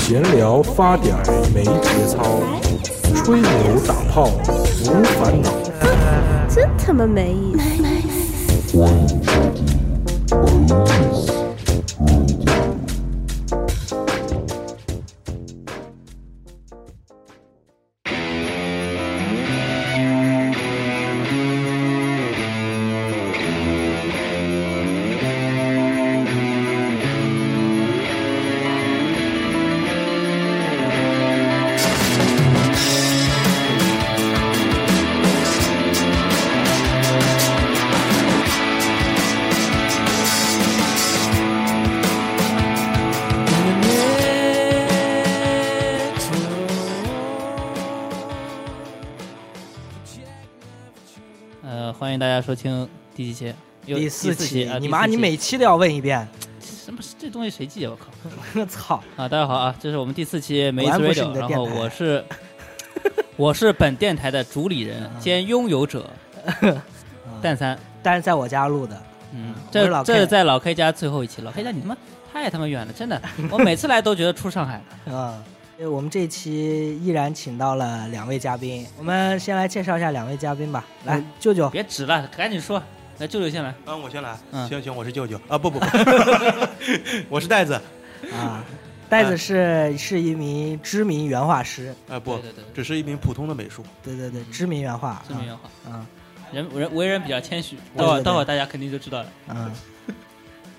闲聊发点儿没节操，吹牛打炮无烦恼。真他妈没意思！呃，欢迎大家收听第几期？有第四期啊！，你第妈，四你期每期都要问一遍， 什么这东西谁记啊？我靠！我操！啊，大家好啊，这是我们第四期梅果子然不是你 Radio，的然电后台我是我是本电台的主理人嗯兼拥有者 蛋三，但是在我家录的，嗯，我这是老这 K 是在老 K 家最后一期，老 K 家你他妈太他妈远了，真 的，我每次来都觉得出上海了。嗯，因为我们这期依然请到了两位嘉宾，我们先来介绍一下两位嘉宾吧。嗯来，舅舅，别指了，赶紧说，来舅舅先来，嗯，我先来。嗯行行，我是舅舅啊， 不不不，我是袋子。啊，袋子是是一名知名原画师，呃，不，对对对只是一名普通的美术。 对对嗯对，知名原画，这么远好，嗯人人为人比较谦虚，对待会儿对对待会儿大家肯定就知道了。嗯嗯。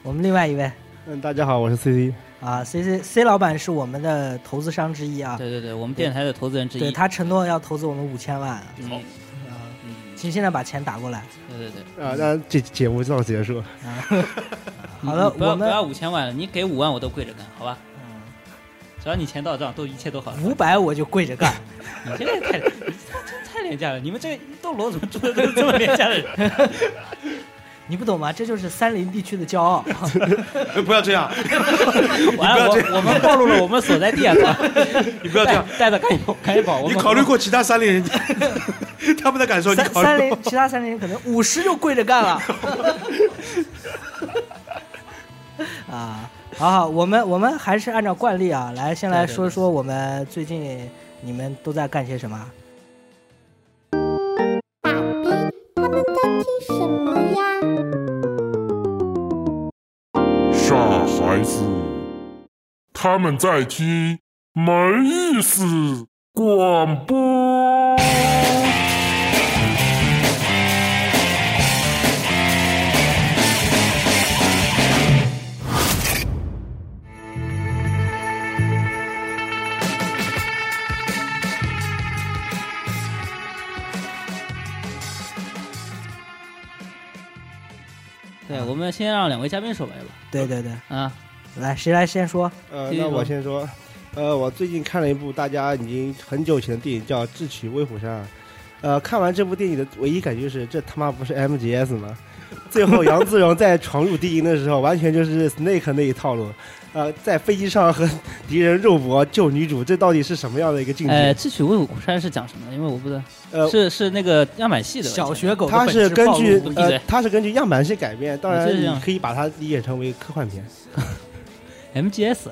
我们另外一位嗯，大家好，我是 CC。啊，C C C 老板是我们的投资商之一啊，对对对，我们电台的投资人之对一，他承诺要投资我们五千万，嗯嗯，嗯，请现在把钱打过来。对对对。啊，那这期节目就到此结束。好的，你不要不我们要五千万了，你给五万我都跪着干，好吧？只要你钱到账，都一切都好了。五百我就跪着干。 你这个也太你这太廉价了，你们这个斗罗怎么住的都是这么廉价的人？你不懂吗？这就是三林地区的骄 傲。呃不要这样，完了，我我们暴露了我们所在地啊！你不要这带样，带着赶紧跑，赶紧跑！我你们考虑过其他三里 人 他们的感受？你三考三虑林过？，其他三林可能五十就跪着干了。 啊，好好，我们我们还是按照惯例啊，来先来对对说对说我们最近你们都在干些什么。傻逼，他们在听什么呀？傻孩子，他们在听没意思广播。对，我们先让两位嘉宾说吧，要不对对对，啊，来，谁来先说？呃，继续那吧我先说，呃，我最近看了一部大家已经很久以前的电影，叫《智取威虎山》。呃，看完这部电影的唯一感觉是，这他妈不是 MGS 吗？ 最后杨自荣在闯入敌营的时候，完全就是 Snake 那一套路。呃，在飞机上和敌人肉搏救女主，这到底是什么样的一个境界？呃，智取威虎山是讲什么的？因为我不知道，嗯呃，是是那个样板戏的吧小学狗的它本质是根暴露据无敌呃的，它是根据样板戏改编，当你然这你样可以把它理解成为科幻片。 MGS，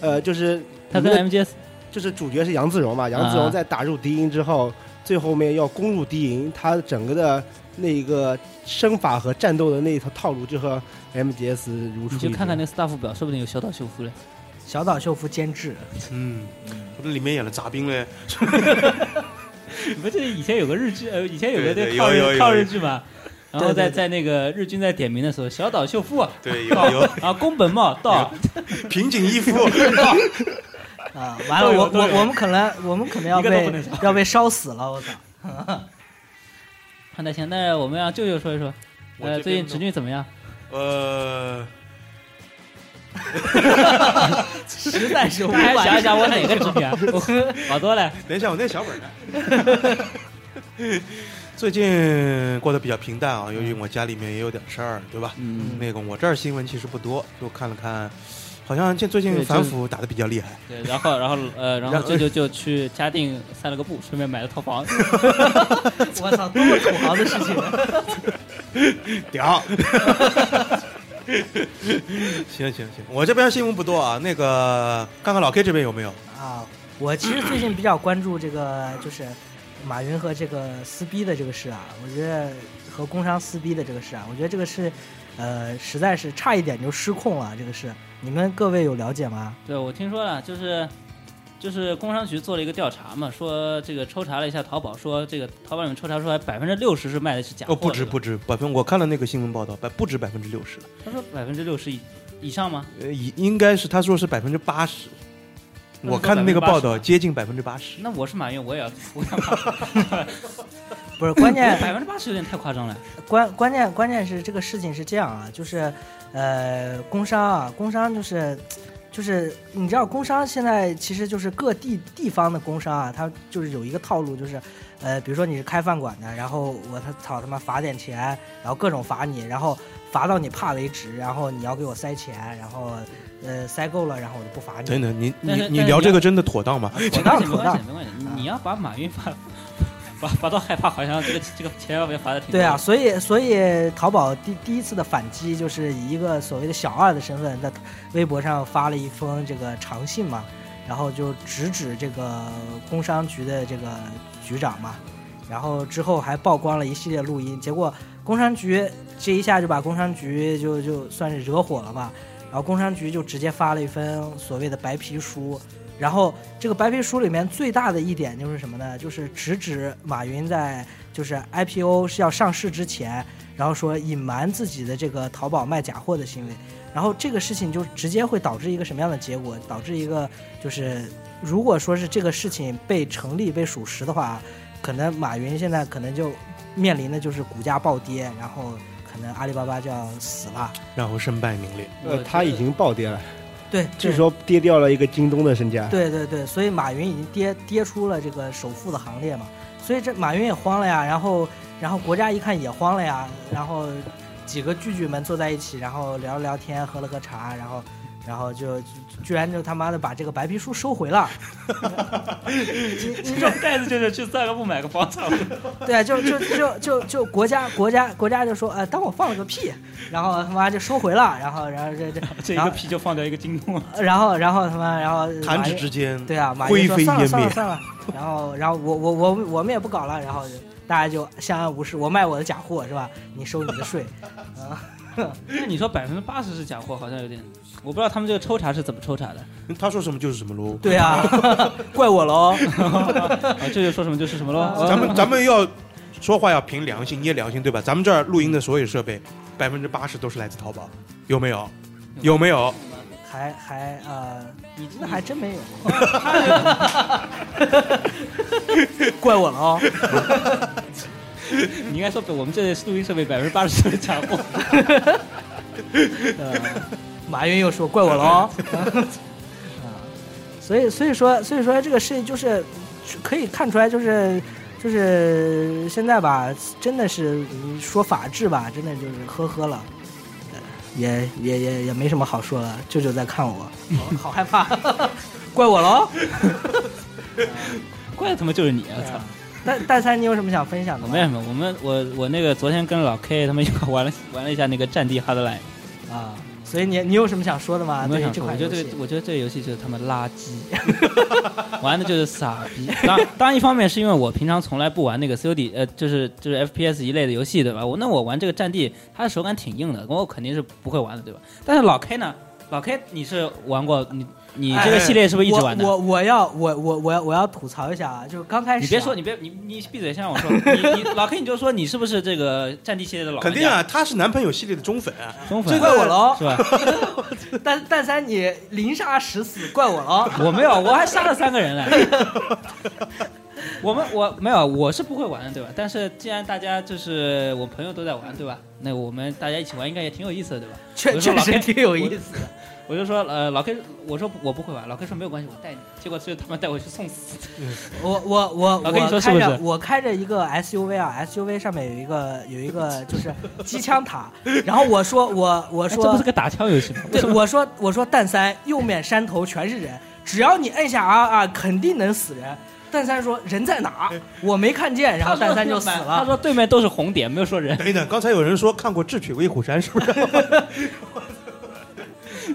呃，就是它你的跟 MGS 就是主角是杨自荣嘛，杨自啊荣在打入敌营之后，最后面要攻入敌营，他整个的那个身法和战斗的那一套套路就和 MGS 如出你一去辙。看看那个 staff 表，说不定有小岛秀夫嘞。小岛秀夫监制，嗯，他们里面演了杂兵 嘞，你不记得以前有个日剧，呃，以前有个对那对抗有有日有抗日剧 嘛？然后对对在对在那个日军在点名的时候，小岛秀 夫啊对，有到有啊，宫本茂到，平井一 夫，啊，完了，都有我都有我我们可能我们可能要一个都不被能少要被烧死了，我操！那行，那我们让舅舅说一说，我呃，这最近边都侄女怎么样？呃， 实在是无大家 法想一想，我哪个侄 女啊？我好多嘞，等一下，我那小本儿呢？ 最近过得比较平淡啊，由于我家里面也有点事儿，对吧？嗯，那个我这儿新闻其实不多，就看了看，好像这最对近就是反腐打得比较厉害。对，然后然后呃，然后然后舅舅就去嘉定散了个步，顺便买了套 房，啊我操，多么土豪的事情！屌， 行行行，我这边新闻不多啊，那个看看老 K 这边有没有？啊，我其实最近比较关注这个，就是马云和这个撕逼的这个事啊，我觉得和工商撕逼的这个事啊，我觉得这个事，呃，实在是差一点就失控了。啊这个事，你们各位有了解吗？对，我听说了，就是就是工商局做了一个调查嘛，说这个抽查了一下淘宝，说这个淘宝里面抽查出来百分之六十是卖的是假货哦，的，不止不止，百分我看了那个新闻报道，百不止百分之六十，他说百分之六十以以上吗？呃，以应该是他说是百分之八十，那说我看那个报80%道接近百分之八十。那我是马云，我也要我也 要骂不是，关 键百分之八十有点太夸 张了。关关键关键是这个事情是这样啊，就是，呃，工商啊，工商就是，就是你知道，工商现在其实就是各地地方的工商啊，它就是有一个套路，就是，呃，比如说你是开饭馆的，然后我他操他妈罚点钱，然后各种罚你，然后罚到你怕为止，然后你要给我塞钱，然后，呃，塞够了，然后我就不罚等你。等，你但是你你但是聊你这个真的妥当吗？没当关系，没妥关当系，没关系。你你要把马云罚罚罚到害怕，好像这个这个钱要被罚的挺多对啊，，所以所以淘宝第第一次的反击就是以一个所谓的小二的身份，在微博上发了一封这个长信嘛，然后就直指这个工商局的这个局长嘛，然后之后还曝光了一系列录音，结果工商局这一下就把工商局就就算是惹火了嘛，然后工商局就直接发了一份所谓的白皮书。然后这个白皮书里面最大的一点就是什么呢？就是直指马云在就是 IPO 是要上市之前，然后说隐瞒自己的这个淘宝卖假货的行为，然后这个事情就直接会导致一个什么样的结果？导致一个就是，如果说是这个事情被成立、被属实的话，可能马云现在可能就面临的就是股价暴跌，然后可能阿里巴巴就要死了。然后身败名裂，我呃，他已经暴跌了，对，据说跌掉了一个京东的身价。对对对，所以马云已经跌跌出了这个首富的行列嘛，所以这马云也慌了呀，然后然后国家一看也慌了呀，然后几个聚聚们坐在一起，然后聊了聊天，喝了喝茶，然后然后就就居然就他妈的把这个白皮书收回了，这种袋子就是 去散个步买个房产。对啊，就就就就就国家国家国家就说，呃，当我放了个屁，然后他妈就收回了，然后然后这这这一然个后屁就放掉一个京东，然后然后他妈然后弹马指云之间，对啊，马灰云说飞算了烟算了灭。算了，然后然后我我我我们也不搞了，然后就大家就相安无事，我卖我的假货是吧？你收你的税， 嗯那你说百分之八十是假货，好像有点，我不知道他们这个抽查是怎么抽查的，嗯他说什么就是什么喽。对啊，怪我喽。啊，这就说什么就是什么喽。咱们咱们要说话要凭良心，捏良心，对吧？咱们这儿录音的所有设备，百分之八十都是来自淘宝，有没有？嗯有没有？还还呃，你那还真没有，啊怪我喽。 你应该说我们这些录音设备百分之八十都是假货。 呃马云又说怪我喽。啊，所以所以说所以说这个事情就是可以看出来，就是就是现在吧，真的是你说法治吧，真的就是呵呵了。也也也也没什么好说了，舅舅在看我，好害怕， 怪我哦喽。怪他妈就是你啊！操！蛋蛋三，你有什么想分享的我吗？没什么，我们我我那个昨天跟老 K 他们一块玩了玩了一下那个《战地哈德莱》，啊，所以你你有什么想说的吗？我啊对于想这说，我款觉游得这戏个，我觉得这个游戏就是他妈垃圾， 玩的就是傻逼。当当然一方面是因为我平常从来不玩那个 COD，呃，就是就是 FPS 一类的游戏，对吧？我那我玩这个《战地》，它的手感挺硬的，我肯定是不会玩的，对吧？但是老 K 呢，老 K 你是玩过，你你这个系列是不是一直玩的？哎我我我要我我我要我要吐槽一下啊，就是刚开始、你啊，别说，你别你你闭嘴，先让我说。你你老 K 你就说你是不是这个《战地》系列的老玩肯定家，啊，他是男朋友系列的忠粉啊。中粉这怪我喽，是吧？ 蛋蛋三，你零杀十死，怪我喽。我没有，我还杀了三个人嘞。我们我没有，我是不会玩的，对吧？但是既然大家就是我朋友都在玩，对吧？那我们大家一起玩应该也挺有意思的，对吧？确我说确老实天挺有意思的。我就说，呃，老 K，我说我不会玩，老 K 说没有关系，我带你。结果就他妈带我去送死，我我我老跟你说我是开不是着我开着一个 SUV 啊，SUV 上面有一个有一个就是机 枪塔，然后我说我我哎这不说是个打枪游戏吗？为对什么我说我说蛋三，右面山头全是人，只要你摁下 R 啊，肯定能死人。蛋三说人在哪？我没看见，然后蛋三就死他了。说对面都是红点，没有说人。等一等，刚才有人说看过《智取威虎山》，是不是？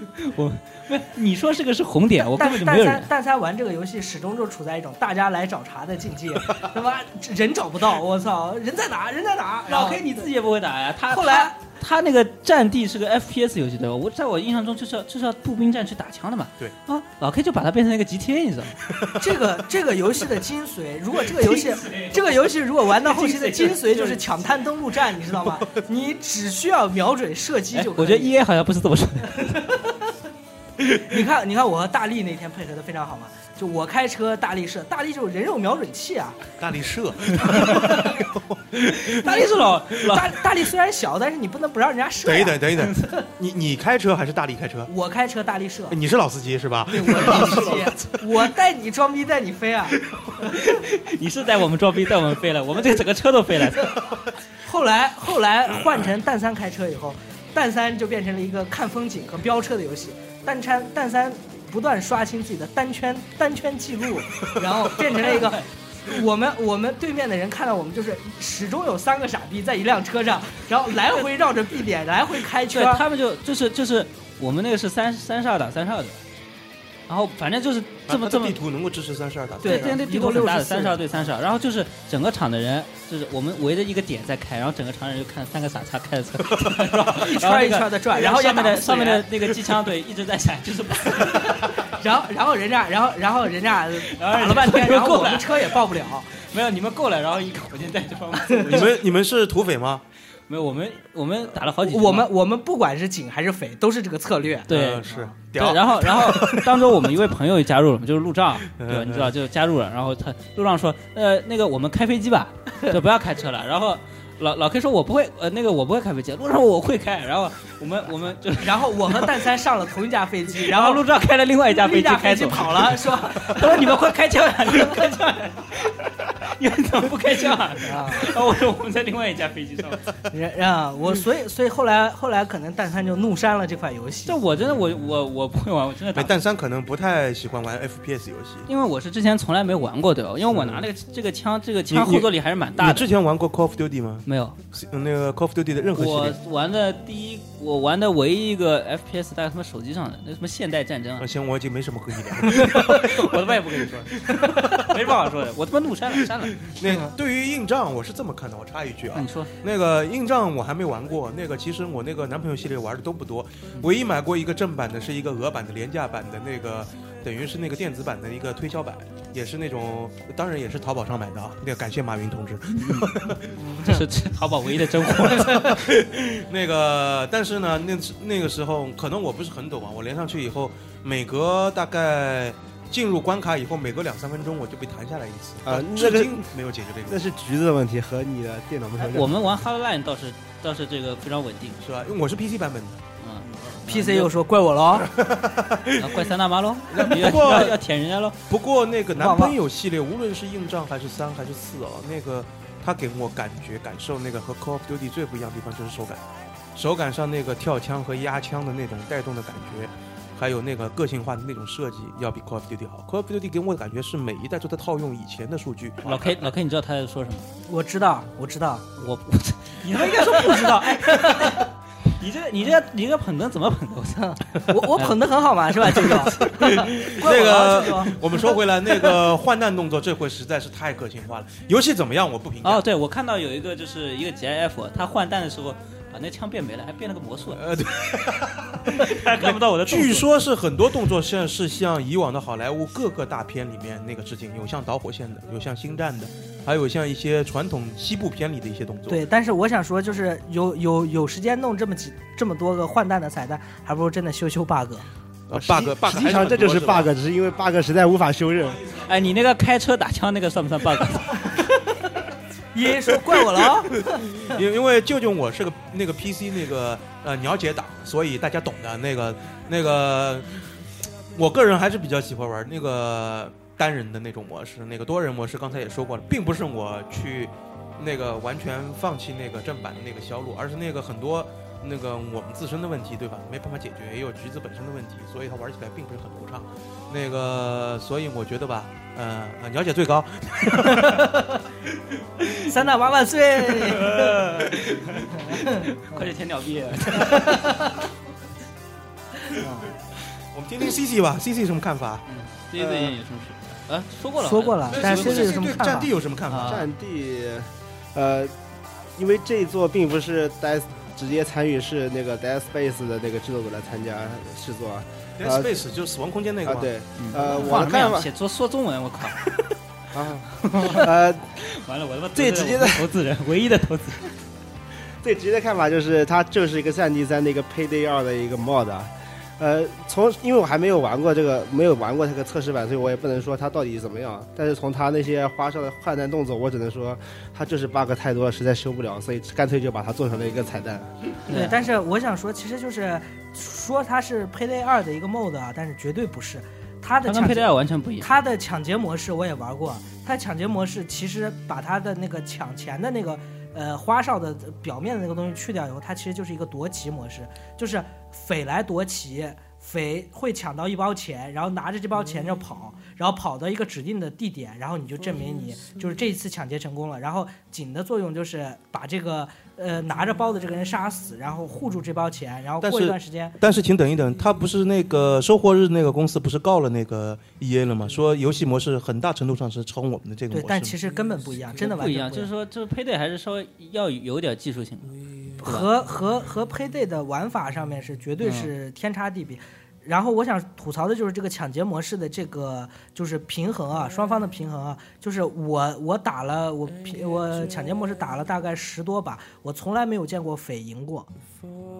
你说这个是红点，我根但本就没蛋有三人。蛋三玩这个游戏始终就处在一种大家来找茬的境 界，他妈人找不到，我操，人在哪？人在哪？然老后 K 你自己也不会打呀，他后来他那个战地是个 FPS 游戏对吧？我在我印象中就是要就是要步兵战去打枪的嘛。对啊，老 K 就把它变成一个 GTA，你知道吗？这个这个游戏的精髓，如果这个游戏这个游戏如果玩到后期的精髓就是抢滩登陆战，你知 道吗？你只需要瞄准射击哎就可以。我觉得 EA 好像不是这么说的。你看，你看我和大力那天配合的非常好嘛，就我开车，大力射，大力就是人肉瞄准 器啊。 大力射，大力是老老大大力虽然小，但是你不能不让人家射、 等一呀等，等一等，你你开车还是大力开车？我开车，大力射。你是老司机是吧？对，我是司机，我带你装逼带你飞啊！ 你是在我们装逼，带我们飞了，我们这个整个车都飞了。后来后来换成蛋三开车以后，蛋三就变成了一个看风景和飙车的游戏。蛋三蛋三不断刷新自己的单圈单圈记录，然后 变成了一个。我们我们对面的人看到我们就是始终有三个傻逼在一辆车上，然后来回绕着 B 点来回开对圈，他们就就是就是我们那个是三三十二打三十二的，然后反正就是这么它这的么地图能够支持三十二打啊字。对对，那一地共图很大的64三十二对三十二，然后就是整个场的人，就是我们围着一个点在开，然后整个场的人就看三个傻叉开着车， 一然后那个圈一圈的转，然后后上面的也打不死上面人的那个机枪对一直在闪， 就是不死然后然后人家，然后然后人家然后打了半天，人家然后我过来们车也爆不了。没有你们过来，然后一个火箭弹就把我们射你回去。们你们是土匪吗？没有我们我们打了好几局嘛，我们我们不管是警还是匪，都是这个策略。对呃。是对，屌。然后然后当中我们一位朋友也加入了，就是路障，对吧？嗯你知道就加入了，然后他路障说，呃，那个我们开飞 机吧，就不要开车了。然后老老 K 说我不会，呃，那个我不会开飞机，路上我会开。然后我们我们就 然后我和蛋三上了同一架飞机， 然然后后路障开了另外一架另飞一机架开飞机走，跑 了，说他 说你们快开枪啊，你们开枪啊，你们怎么不开枪啊？啊， 然后我说我们在另外一架飞机上。 然后啊我所以所以后来后来可能蛋三就怒删了这款游戏这。我真的我我我不会玩，我真的打哎不蛋三可能不太喜欢玩 FPS 游戏。因为我是之前从来没玩过，对哦吧？因为我拿那个这个枪，这个枪你你后坐力还是蛮大你的之。前玩过 Call of Duty 吗？没有，嗯那个 Call of Duty 的任何系我列？玩的第一，我玩的唯一一个 FPS 在他们手机上的，那什么现代战争啊啊，，行，我已经没什么和你聊了。 我他妈也不跟你说， 没办法说的，我他妈怒删了， 删了。那对于硬仗，我是这么看的，我插一句啊那，你 说，那个硬仗我还没玩过，那个其实我那个男朋友系列玩的都不多，唯一买过一个正版的是一个俄版的廉价版的那个，等于是那个电子版的一个推销版，也是那种，当然也是淘宝上买的啊。那个感谢马云同志。这是这淘宝唯一的真货。 那个，但是呢，那时那个时候可能我不是很懂啊，我连上去以后，每隔大概进入关卡以后，每隔两三分钟我就被弹下来一次啊但那个至今没有解决这个那问题，是橘子的问题和你的电脑没什哎么我关系。们玩 Hardline 倒是倒是这个非常稳定，是吧？因为我是 PC 版本的。嗯 PC 又说怪我喽，啊怪三大妈喽，不过要要舔人家喽。不过那个男旺旺朋友系列，无论是硬仗还是三还是四哦，那个他给我感觉感受那个和 Call of Duty 最不一样的地方就是手感，手感上那个跳枪和压枪的那种带动的感觉，还有那个个性化的那种设计，要比 Call of Duty 好。Call of Duty 给我的感觉是每一代都在套用以前的数据。老 K 老 K，你知道他在说什么？我知道我知道，我，你他妈应该说不 知道。哎你这你这你这捧哏啊怎么捧的？我操！我我捧的很好嘛，是吧，舅舅？怪那我喽，舅个舅。我们说回来，那个患难动作这回实在是太个性化了。游戏怎么样我不评价。哦，对，我看到有一个就是一个 GIF，他换弹的时候把那枪变没了，还变了个魔 术，呃，对，还看不到我的动作。呃据说是很多动作像是像以往的好莱坞各个大片里面那个致敬，有像导火线的，有像星战的，还有像一些传统西部片里的一些动 作。，对，但是我想说，就是有有有时间弄这么几这么多个换弹的彩蛋，还不如真的修修 bug。呃实际 bug bug 实际上这就是 bug，只是因为 bug 实在无法修正。哎，你那个开车打枪那个算不算 bug？爷爷说怪我喽， 因因为舅舅我是个那个 PC 那个呃鸟姐党，所以大家懂的那个那个，我个人还是比较喜欢玩那个单人的那种模式，那个多人模式刚才也说过了，并不是我去那个完全放弃那个正版的那个销路，而是那个很多那个我们自身的问题，对吧？没办法解决，也有橘子本身的问题，所以它玩起来并不是很流畅。那个，所以我觉得吧，呃，啊鸟姐最高，三大娃万岁！ 快去舔鸟币。啊我们听听 C C 吧，C C 什么看法？嗯，第 一次也有什么事？啊，说过了，说过了，但是 C 现在有 C 什么对看战法地？有什么看法？啊战地，呃，因为这一座并不是 Death 直接参与，是那个 Death Space 的那个制作组来参加制作啊。 Dead Space 就是死亡空间那个啊，吗？对，嗯呃，我画的看法面写作说中文，我 靠！ 啊，呃，完了，我他妈最得罪直接了我投资人，唯一的投资人。最直接的看法就是它就是一个《战地三》的一个 Payday 二的一个 mod 啊。呃，从因为我还没有玩过这个，没有玩过这个测试版，所以我也不能说它到底怎么样。但是从它那些花哨的换弹动作，我只能说它就是 bug 太多了，实在修不了，所以干脆就把它做成了一个彩蛋。对，但是我想说，其实就是说它是 Payday 二的一个 mod 啊，但是绝对不是。它的他抢跟佩劫戴啊尔完全嗯不一样。它的抢劫模式我也玩过，它抢劫模式其实把它的那个抢钱的那个呃花哨的表面的那个东西去掉以后，它其实就是一个夺旗模式，就是匪来夺旗，匪会抢到一包钱，然后拿着这包钱就跑，嗯然后跑到一个指定的地点，然后你就证明你就是这一次抢劫成功了。然后警的作用就是把这个呃拿着包的这个人杀死，然后护住这包钱，然后但过是一段时间，但是请等一等，他不是那个收获日那个公司不是告了那个 E A 了吗？说游戏模式很大程度上是超我们的这个模对式，。但其实根本不一样， 真的完不全一样，就是说，就是配对还是稍微要有点技术性的。对吧和和和 Payday 的玩法上面是绝对嗯是天差地别。然后我想吐槽的就是这个抢劫模式的这个就是平衡啊，双方的平衡啊，就是我我打了我嗯平我抢劫模式打了大概十多把，我从来没有见过匪赢过，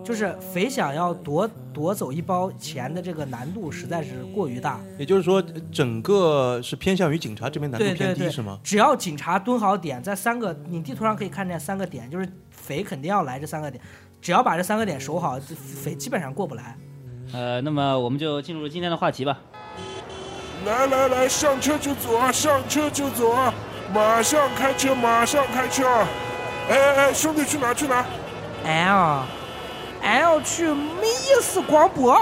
就是匪想要夺夺走一包钱的这个难度实在是过于大。也就是说，整个是偏向于警察这边难度对偏对低对，是吗？只要警察蹲好点，在三个你地图上可以看见三个点，就是匪肯定要来这三个点，只要把这三个点守好，匪基本上过不来。呃，那么我们就进入今天的话题吧。来来来，上车就走啊，上车就走啊，马上开车，马上开车啊！哎哎哎，兄弟去哪去哪？ L L 去没意思广播。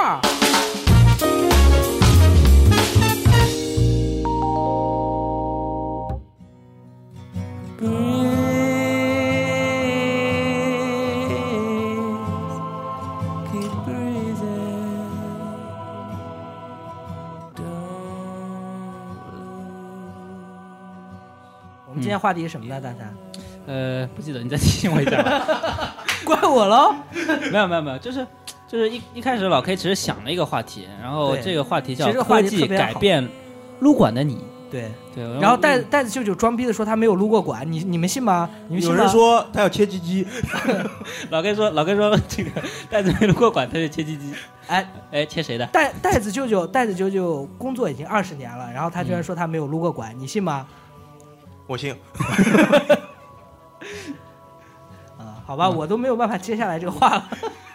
我们今天话题是什么呢？大三，呃，不记得，你再提醒我一下吧。 怪我喽。 没有没有没有，就是就是一一开始老 K 其实想了一个话题，然后对这个话题其叫实这个科话题技特别好改变撸管的你。对，对，然后袋袋子舅舅装逼的说他没有撸过管，你你们信吗？你们信有吗？人说他要切鸡鸡， 老 K 说老 K 说 这个袋子没撸过管，他就切鸡鸡。哎，哎，切谁的？袋袋子舅舅袋子舅舅工作已经二十年了，然后他居然说他没有撸过管，你信吗？我信。啊、好吧，我都没有办法接下来这个话了，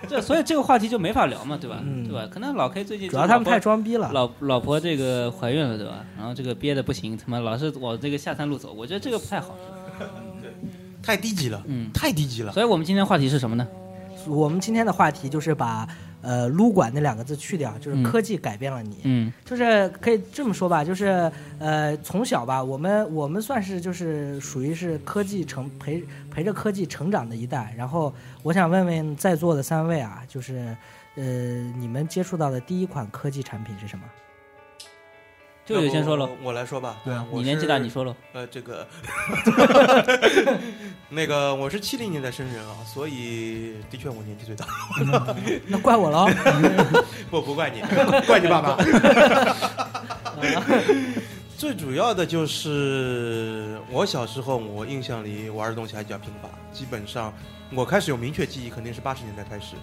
这所以这个话题就没法聊嘛，对吧？嗯对吧？可能老 K 最近主要他们太老婆装逼了。老老婆这个怀孕了，对吧？然后这个憋的不行，他妈老是往这个下三路走，我觉得这个不太好。太低级了，嗯太低级了。所以我们今天话题是什么呢？我们今天的话题就是把呃“撸管”那两个字去掉，就是嗯科技改变了你。嗯就是可以这么说吧，就是呃，从小吧，我们我们算是就是属于是科技成陪陪着科技成长的一代。然后我想问问在座的三位啊，就是呃，你们接触到的第一款科技产品是什么？ 舅舅先说了喽，，我来说吧。对啊我你年纪是大，你说喽。呃，这个， 那个，我是七零年代生人啊，所以的确我年纪最大。那怪我 喽。不，不怪你， 怪你爸爸。最主要的就是我小时候，我印象里玩的东西还比较贫乏，基本上我开始有明确记忆，肯定是八十年代开始。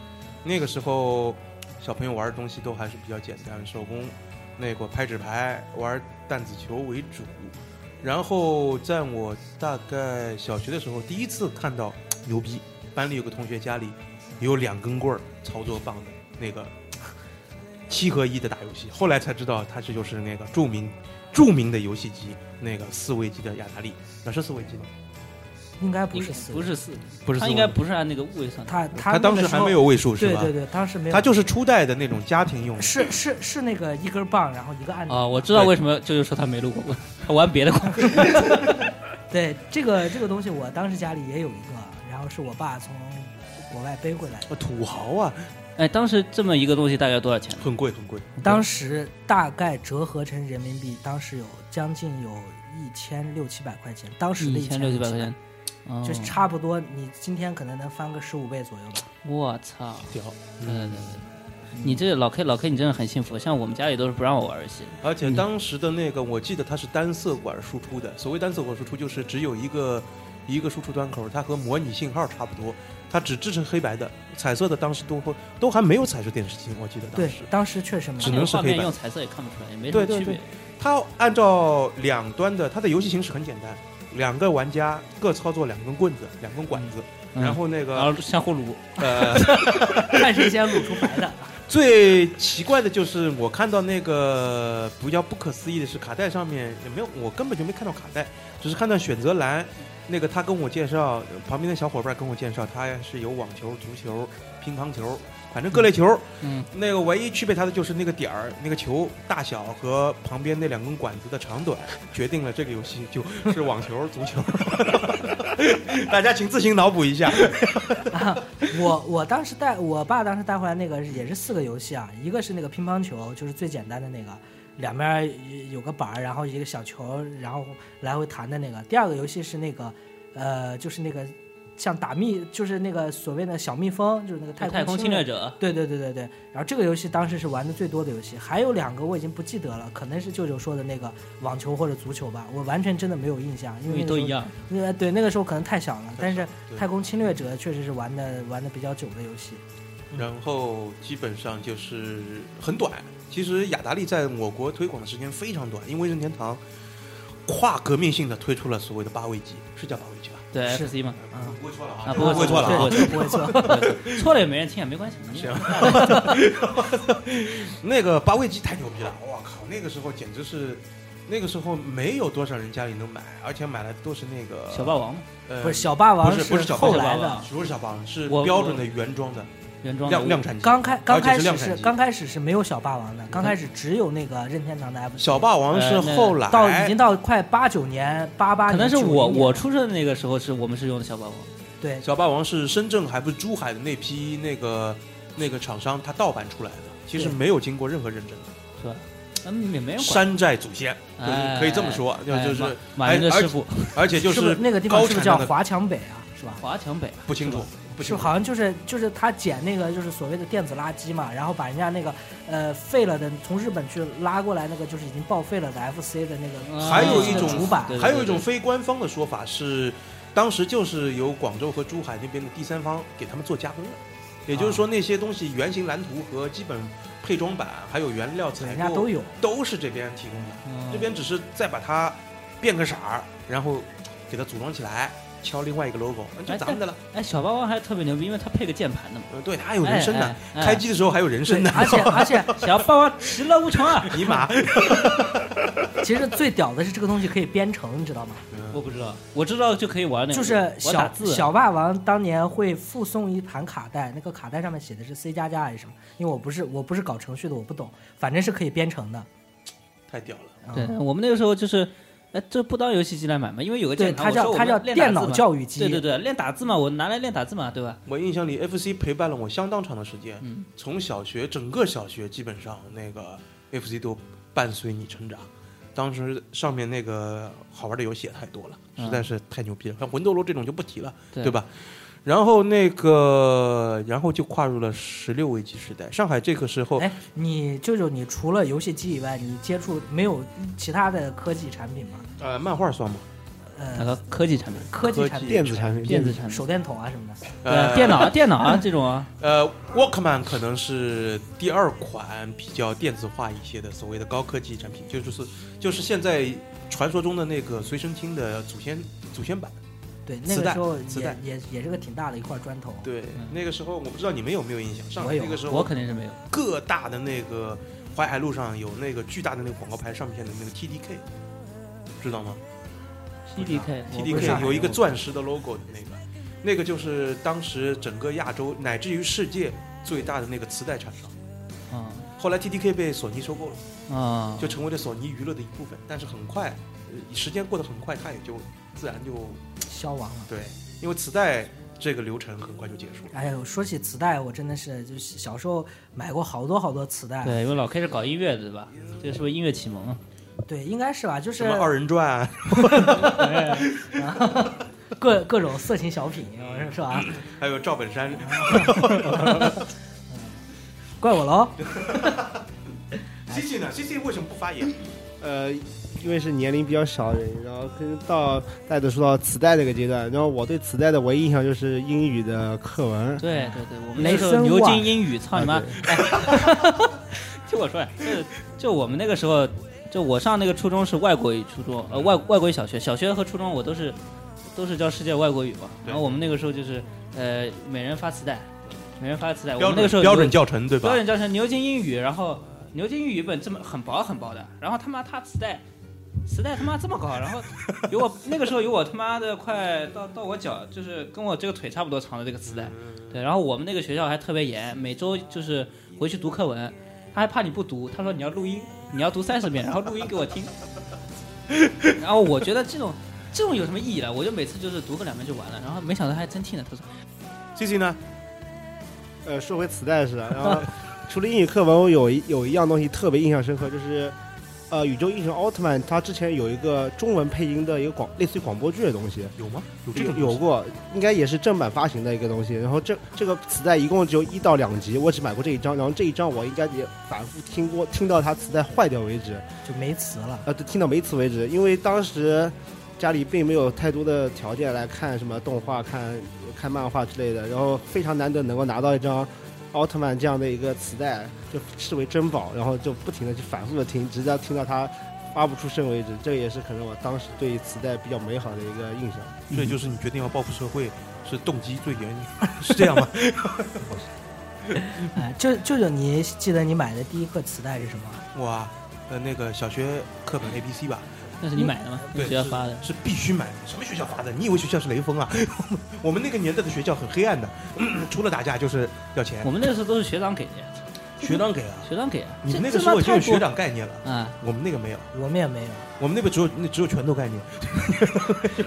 那个时候，小朋友玩的东西都还是比较简单，手工，那个拍纸牌、玩弹子球为主。然后在我大概小学的时候，第一次看到牛逼，班里有个同学家里有两根棍儿操作棒的那个七合一的打游戏，后来才知道它是就是那个呃著名著名的游戏机，那个四位机的雅达利，那是四位机吗？应该不应是该四不位，是四，不是他四应该位不是按那个物位算的。他那他个当时时还候没有位数是对吧对？对，当时没有，他就是初代的那种家庭用的，是是是那个一根棒，然后一个按钮。啊，我知道为什么，这就是说他没录过，他玩别的广告。对这个这个东西，我当时家里也有一个，然后是我爸从国外背回来的。啊土豪啊，哎，当时这么一个东西大概多少钱？很贵很贵。当时大概折合成人民币，当时有将近有一千六七百块钱，当时的一千六七百块钱，，哦就是差不多你今天可能能翻个十五倍左右吧。我操！屌，对对对对，你这老 K 老 K 你真的很幸福，像我们家里都是不让我玩儿游戏的。而且当时的那个，我记得它是单色管输出的。所谓单色管输出，就是只有一个一个输出端口，它和模拟信号差不多，它只支持黑白的，彩色的当时都会都还没有彩色电视机，我记得当对时，。当时确实没只有。能是画黑面白用彩色也看不出来，也没什对么对区对别。它按照两端的，它的游戏形式很简单，两个玩家各操作两根棍子、两根管子，嗯然后那然个后相互撸，呃，看谁先撸出白的。最奇怪的就是我看到那个比较不可思议的是卡带上面也没有，我根本就没看到卡带，只是看到选择栏，那个他跟我介绍，旁边的小伙伴跟我介绍，他是有网球、足球、乒乓球，反正各类球。嗯，那个唯一区别它的就是那个点儿、那个球大小和旁边那两根管子的长短，决定了这个游戏就是网球、足球。 大家请自行脑补一下。我我当时带我爸当时带回来那个也是四个游戏啊，一个是那个乒乓球，就是最简单的那个，两边儿有个板儿，然后一个小球，然后来回弹的那个。第二个游戏是那个，呃，就是那个像打蜜，就是那个所谓的小蜜蜂，就是那个太空空侵侵略。者，对对对对对，然后这个游戏当时是玩的最多的游戏，还有两个我已经不记得了，可能是舅舅说的那个网球或者足球吧，我完全真的没有印象，因因为为那个都时候一样。呃，对，那个时候可能太小了，但是对《太空侵略者》确实是玩的玩的比较久的游戏。然后基本上就是很短。其实雅达利在我国推广的时间非常短，因为任天堂跨革命性的推出了所谓的八位机，是叫八位机吧？对是 FC 嘛，啊不会错了啊，不会错了啊！不会错，不会错错了也没人听，啊也没关系。 行，那个八位机太牛逼了，我靠，那个时候简直是，那个时候没有多少人家里能买，而且买来都是那个小霸，王嘛，呃，嗯不是小霸王不是不是小霸王后来小霸王的，不是小霸王，是我标准的原装的原装的量量产机。刚开刚开而且是始量产是机嗯刚开始是没有小霸王的，刚开始只有那个任天堂的 F。小霸王是呃那后来到已经到快八九年八八可年，能是我90年我出生的那个时候是我们是用的小霸王，对小霸王是深圳还不是珠海的那批那个那个厂商，它盗版出来的，其实对没有经过任何认证，是吧？嗯，也没人管。山寨祖先，就是哎可以这么说，就哎就是马马云的哎师傅而且就是不是是那个地方高是不是产叫量的华强北啊？是吧？华强北，不清楚，不是清楚，好像就是就是他捡那个就是所谓的电子垃圾嘛，然后把人家那个呃废了的从日本去拉过来那个就是已经报废了的 FC 的那个还有一那个种主板对，对还有一种非官方的说法是，当时就是由广州和珠海那边的第三方给他们做加工的，也就是说那些东西原型蓝图和基本配装版还有原料采人家购都有。都是这边提供的。嗯这边只是再把它变个色儿，然后给它组装起来，敲另外一个 logo，那就咱们的了。哎，小霸王还特别牛逼，因为它配个键盘的嘛，嗯，对，它还有人声的哎，哎哎开机的时候还有人声对，的。而且而且小霸王其乐无穷啊！ 尼玛，其实最屌的是这个东西可以编程，你知道吗？嗯我不知道，我知道就可以玩那个，就是我打小字啊小霸王当年会附送一盘卡带，那个卡带上面写的是 C 加加还是什么？因为我不是我不是搞程序的，我不懂，反正是可以编程的。太屌了！嗯对，我们那个时候就是，哎，这不当游戏机来买嘛，因为有个对，键盘，它我叫说我它们叫练打电字脑嘛教育机。对对对，练打字嘛，我拿来练打字嘛，对吧？我印象里，FC 陪伴了我相当长的时间，嗯从小学整个小学基本上那个 FC 都伴随你成长。当时上面那个好玩的游戏也太多了，嗯实在是太牛逼了。像魂斗罗这种就不提了，对对吧？然后那个，然后就跨入了十六位机时代。上海这个时候，哎，你舅舅，你除了游戏机以外，你接触没有其他的科技产品吗？呃，漫画算吗？那呃，个科技产品，科技科产技品，电子产品，电子产品手，电筒啊什么的。对，电脑啊，电脑 啊，这种啊，呃，Walkman 可能是第二款比较电子化一些的所谓的高科技产品，就就是就是现在传说中的那个随身听的祖先祖先版。对，那磁个带时候磁带也也也是个挺大的一块砖头。对嗯，那个时候我不知道你们有没有印象，上我海有那个时我候肯定是没有。各大的那个淮海路上有那个巨大的那个广告牌，上面的那个 TDK，知道吗？ TDK 我不 TDK 有一个钻石的 logo 的那个，那个就是当时整个亚洲乃至于世界最大的那个磁带厂商。啊后来 TDK 被索尼收购了，啊，就成为了索尼娱乐的一部分。但是很快，呃时间过得很快，它也就自然就消亡了。对，因为磁带这个流程很快就结束了。哎呦，说起磁带，我真的是就是小时候买过好多好多磁带，对，因为老 K 是搞音乐的对吧？这个是不是音乐启蒙啊？对，应该是吧？就是什么二人转， 各各种色情小品，我是说 啊，还有赵本 山，怪我喽。西西呢？西西为什么不发言？呃，因为是年龄比较小的人，然后可能到大家都说到磁带这个阶段，然后我对磁带的唯一印象就是英语的课文。对对对，我们雷那时候声牛哇津英语，操你妈！啊哎 听我说呀，就就我们那个时候，就我上那个初中是外国语初中，呃，外外国语小学，小学和初中我都是都是教世界外国语嘛。然后我们那个时候就是呃，每人发磁带，每人发磁带。我标们那个时候准标准牛教程对吧标？准教程牛津英语，然后牛津英语一本这么很薄很薄的，然后他妈他磁带。磁带他妈这么高， 然后有我那个时候有我他妈的快到到我脚，就是跟我这个腿差不多长的这个磁带，对，然后我们那个学校还特别严，每周就是回去读课文，他还怕你不读，他说你要录音，你要读三十遍，然后录音给我听。 然后我觉得这种这种有什么意义了？我就每次就是读个两遍就完了，然后没想到还真听了。他说西西呢？呃，说回磁带是吧？然后除了英语课文，我有一有一样东西特别印象深刻，就是呃，宇宙英雄奥特曼，他之前有一个中文配音的一个广类似于广播剧的东西，有吗？有这有种有过，应该也是正版发行的一个东西。然后这这个磁带一共只有一到两集，我只买过这一张，然后这一张我应该也反复听过，听到它磁带坏掉为止。就没词了。呃，听到没词为止，因为当时家里并没有太多的条件来看什么动画、看看漫画之类的，然后非常难得能够拿到一张奥特曼这样的一个磁带，就视为珍宝，然后就不停的去反复的听，直到听到它发不出声为止。这也是可能我当时对磁带比较美好的一个印象。所以就是你决定要报复社会，是动机最原，是这样 吗？哎，舅舅舅，你记得你买的第一个磁带是什么？哇，呃，那个小学课本 A B C 吧，那是你买的吗？你嗯对，学校发的。是是必须买的。什么学校发的？你以为学校是雷锋啊？ 我们那个年代的学校很黑暗的，嗯除了打架就是要钱我。们那个时候都是学长给的呀，学长给啊，学长给啊。你这们那个这时候妈就有太过学长概念了，啊，我们那个没有，我们也没有。我们那边只有那只有拳头概念。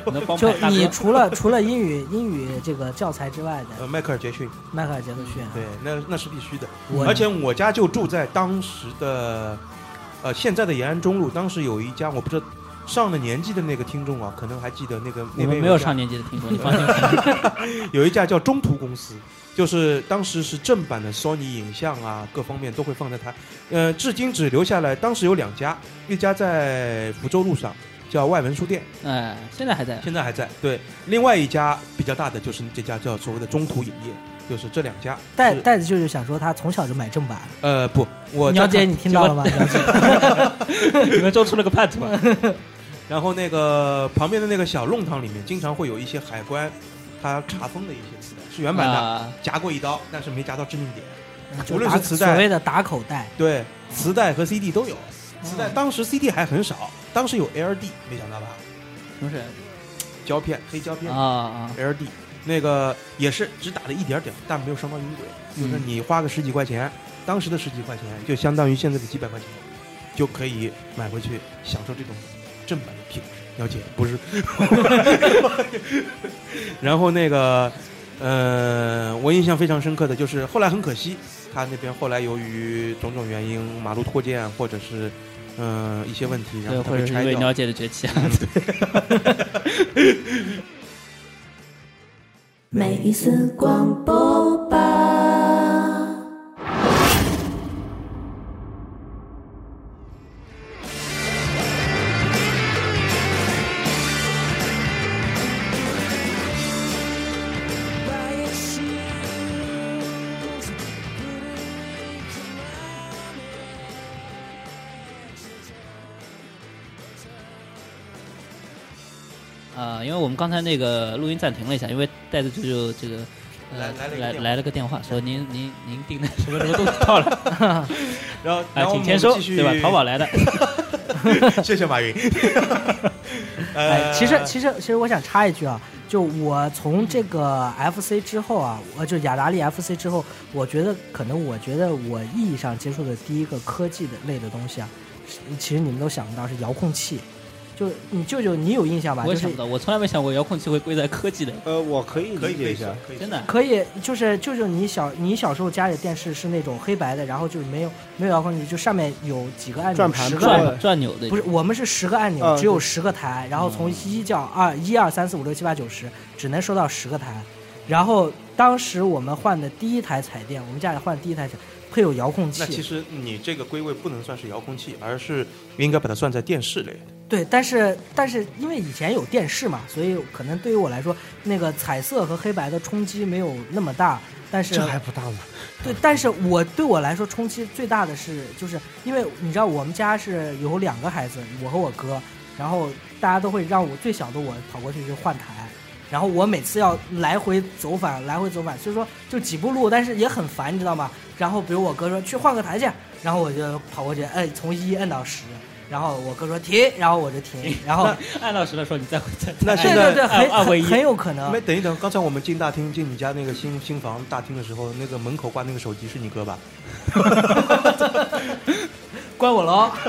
能帮就派大你哥。除了除了英语英语这个教材之外的，呃，迈克尔杰克逊，迈克尔杰克逊啊，对，那那是必须的。我而且我家就住在当时的，呃，现在的延安中路。当时有一家，我不知道上了年纪的那个听众啊，可能还记得那个我那们边没有一家上年纪的听众，你放心。有一家叫中途公司，就是当时是正版的索尼影像啊，各方面都会放在它。呃，至今只留下来，当时有两家，一家在福州路上叫外文书店，哎，现在还在。现在还在。对，另外一家比较大的就是这家叫所谓的中途影业，就是这两家。袋是袋子舅舅想说他从小就买正版。呃，不，我苗在姐，你听到了吗？苗姐，你们做出了个 pat 吗？然后那个旁边的那个小弄堂里面，经常会有一些海关，他查封的一些磁带是原版的，啊夹过一刀，但是没夹到致命点。就无论打是磁带所谓的打口袋，对，磁带和 CD 都有。磁带当时 CD 还很少，当时有 LD，没想到吧？不是胶片，黑胶片、啊啊， LD，那个也是只打了一点点，但没有上到音轨。就是嗯你花个十几块钱，当时的十几块钱就相当于现在的几百块钱，就可以买回去享受这种正版的品质。了解不是？ 然后那个，呃，我印象非常深刻的就是后来很可惜，他那边后来由于种种原因，马路扩建或者是嗯、呃一些问题，然对，后他或被者是拆因为掉。鸟姐的崛起啊。每一次广播吧。啊、因为我们刚才那个录音暂停了一下，因为带着舅舅这个。呃来来了一来个电话来了个电话，说您您您订的什么什么东西到了然后，啊，然后我请 们签收，继续 对吧？淘宝来的，谢谢马云。哎，其实其实其实我想插一句啊，就我从这个 FC 之后啊，我就雅达利 FC 之后，我觉得可能我觉得我意义上接触的第一个科技的类的东西啊，是其实你们都想不到是遥控器。就你舅舅，你有印象吧？我也就是想不到，我从来没想过遥控器会归在科技类，呃，我可以可以理可解以一下，可以，真的。可以，就是就是你小你小时候家里电视是那种黑白的，然后就是没有没有遥控器，就上面有几个按钮，转盘十个按钮。转转钮的，不是，我们是十个按钮，嗯只有十个台，然后从一叫二一二三四五六七八九十，只能收到十个台。然后当时我们换的第一台彩电，我们家里换的第一台彩配有遥控那其器，实你这个归位不能算是遥控器，而是应该把它算在电视类。对，但是但是因为以前有电视嘛，所以可能对于我来说，那个彩色和黑白的冲击没有那么大。但是这还不大吗？对，但是我对我来说冲击最大的是，就是因为你知道我们家是有两个孩子，我和我哥，然后大家都会让我最小的我跑过去去换台，然后我每次要来回走反，来回走反，所以说就几步路，但是也很烦，你知道吗？然后比如我哥说去换个台去，然后我就跑过去，摁从一摁到十，然后我哥说停，然后我就停，然后按照实来说，你再回再那对现对对，在按很按位很一很有可能没，等一等，刚才我们进大厅，进你家那个新新房大厅的时候，那个门口挂那个手机是你哥吧？怪我喽。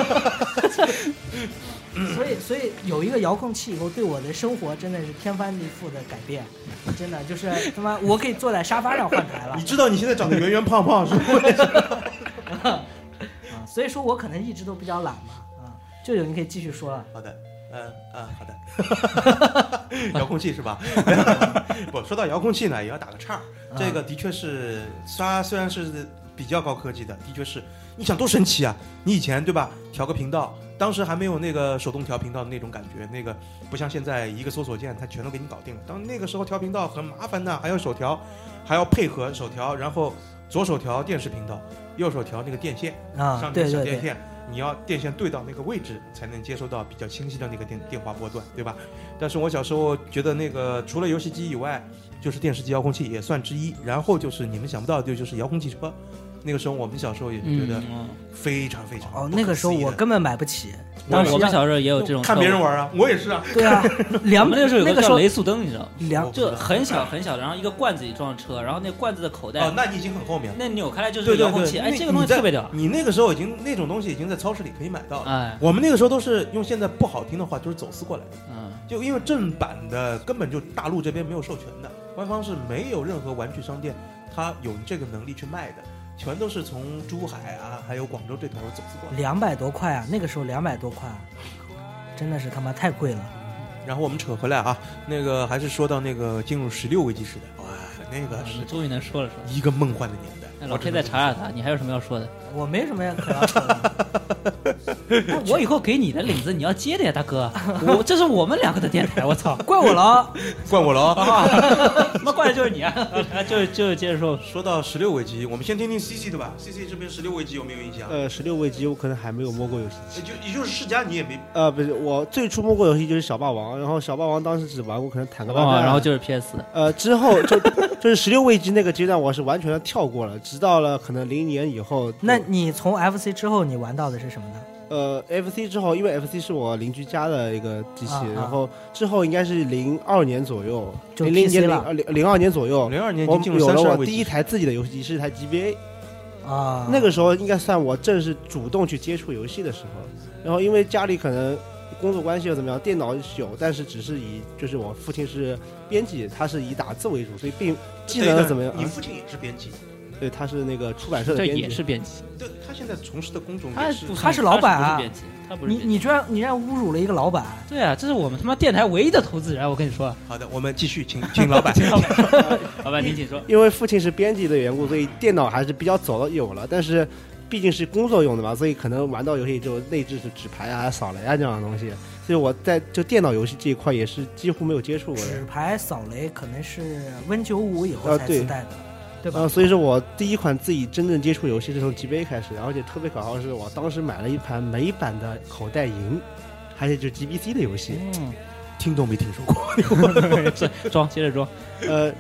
所以，所以有一个遥控器以后，对我的生活真的是天翻地覆的改变，真的就是他妈我可以坐在沙发上换台了 你知道你现在长得圆圆胖胖是不是？啊！所以说我可能一直都比较懒嘛啊。舅舅，你可以继续说了。 好的，嗯嗯，好的。 遥控器是吧？不，说到遥控器呢，也要打个岔儿。啊这个的确是，它虽然是比较高科技的，的确是，你想多神奇啊！你以前对吧，调个频道，当时还没有那个手动调频道的那种感觉，那个不像现在一个搜索键它全都给你搞定了。当那个时候调频道很麻烦的，还要手调，还要配合手调，然后左手调电视频道，右手调那个电线。啊上，面对小对电对，线，你要电线对到那个位置，才能接收到比较清晰的那个电电话波段，对吧？但是我小时候觉得那个除了游戏机以外，就是电视机遥控器也算之一。然后就是你们想不到的就是遥控汽车，那个时候我们小时候也觉得嗯，非常非常哦，不那可个时候思议我的根本买不起，但当时我们小时候也有这种看特务别人，玩啊，我也是啊，对 啊，我两们那时候有那个个时叫候雷速登，你知道吗？两不知就道很小很小的，然后一个罐子里装车，然后那罐子的口袋哦，，那你已经很后面了。那扭开来就是对个遥对控对，器，哎，那这个东西你在特别屌，你那个时候已经那种东西已经在超市里可以买到了。哎，我们那个时候都是用现在不好听的话，就是走私过来的。嗯，就因为正版的根本就大陆这边没有授权的，官方是没有任何玩具商店它有这个能力去卖的，全都是从珠海啊，还有广州这头走私过来。两百多块啊，那个时候两百多块啊，真的是他妈太贵了。然后我们扯回来啊，那个还是说到那个进入十六位机时代，哇，那个啊是你终于能说了出来。一个梦幻的年代。哎我老只 K 再能这么查查他，你还有什么要说的？我没什么可要说的。哎我以后给你的领子你要接的呀，大哥，我这是我们两个的电台，我操，怪我了，说怪我了啊。 他妈怪的就是你啊！ 啊就就接着说，说到十六位机，我们先听听 CC 的吧。CC 这边十六位机有没有印象？呃，十六位机我可能还没有摸过游戏机也。就也就是世嘉，你也没呃，不是，我最初摸过游戏就是小霸王，然后小霸王当时只玩过可能坦克啊大哦战，然后就是 PS，呃之后 就就是十六位机那个阶段，我是完全的跳过了，直到了可能零年以后。那你从 FC 之后你玩到的是什么呢？呃 FC 之后，因为 FC 是我邻居家的一个机器，啊啊然后之后应该是零二年左右，就零零 PC 年零了零呃零二年左右。零二年已我经进入有三了十二我位第一机。台自己的游戏机，是一台 GBA，啊，那个时候应该算我正式主动去接触游戏的时候。然后因为家里可能工作关系啊又怎么样，电脑有，但是只是以就是我父亲是编辑，他是以打字为主，所以并技对能的怎么样？你啊父亲也是编辑，对，他是那个出版社的这编也辑是。编辑，对他现在从事的工种他也是不他是老板啊他是不是编辑，他不是你编辑。你居然你居然侮辱了一个老板，对啊，这是我们他妈电台唯一的投资人，我跟你说，好的，我们继续，请请老板。 老板，老板您请 说。因为父亲是编辑的缘故，所以电脑还是比较早的有了，但是毕竟是工作用的嘛，所以可能玩到游戏之后内置是纸牌啊、扫雷啊这样的东西，所以我在就电脑游戏这一块也是几乎没有接触过的。纸牌扫雷可能是 Win 九五以后啊才对自带的，对吧？呃，所以说我第一款自己真正接触游戏是从 GBA 开始，而且特别搞笑的是，我当时买了一盘美版的口袋银，还是就 GBC 的游戏。嗯，听都没听说过。这装接着装，呃，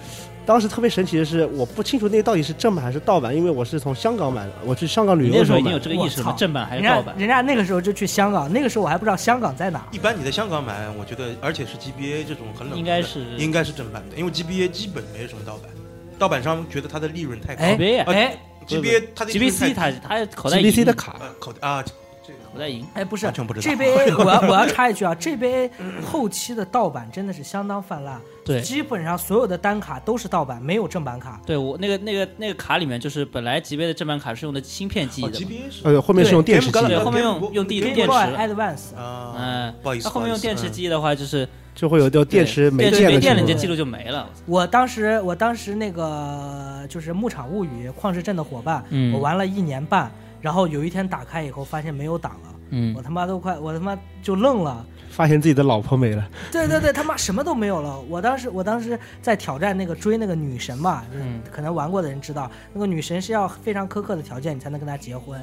当时特别神奇的是，我不清楚那个到底是正版还是盗版，因为我是从香港买的，我去香港你旅游的那时时候候已经买有的。这个意识了我吗？操正版还人是盗家版？人家那个时候就去香港，那个时候我还不知道香港在哪儿。一般你在香港买，我觉得，而且是 GBA 这种很冷门的，应该是哎应该是正版的，因为 GBA 基本没什么盗版，盗版商觉得它的利润太高。哎 GBA 呃哎不是 GBA 它的利润太 GBC 它它口袋 GBC 银的卡，呃口啊，这这个口袋银，哎，不是，完全不知道 GBA，我要我要插一句啊，GBA 后期的盗版真的是相当泛滥，对基本上所有的单卡都是盗版，没有正版卡。对我那个那个那个卡里面，就是本来 GBA 的正版卡是用的芯片记忆哦的嘛， GBA 是呃，后面是用电视机对对， Game 的，后面 Boy- 用用地 Game 电池 Boy 了， Advance，啊，嗯，不好意思，它后面用电视嗯机的话就是就会有掉电池没电池电没的电了，你这时记候。录就没了。我当时我当时那个就是牧场物语旷世镇的伙伴，嗯我玩了一年半，然后有一天打开以后发现没有档了，嗯我，他妈都快我他妈就愣了，发现自己的老婆没了，对对对，他妈什么都没有了。 我当时我当时在挑战那个追那个女神嘛，嗯可能玩过的人知道，那个女神是要非常苛刻的条件你才能跟她结婚。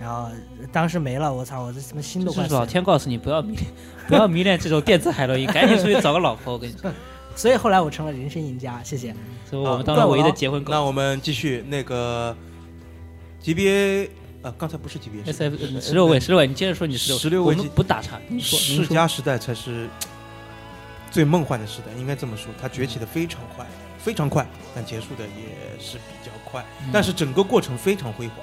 然后当时没了，我操，我这什么心都就快是碎老了。天告诉你不要迷恋，不要迷恋这种电子海洛因，赶紧出去找个老婆。我跟你说，所以后来我成了人生赢家，谢谢。所以我们当中唯一的结婚嗯那狗我们继续那个 GBA，呃，刚才不是 GBA， ，S F 呃是十六位，十六位，你接着说你十六， 16我位们机不打岔，你说世你说嘉时代才是最梦幻的时代，应该这么说。它崛起的非常快，非常快，但结束的也是比较快。嗯但是整个过程非常辉煌。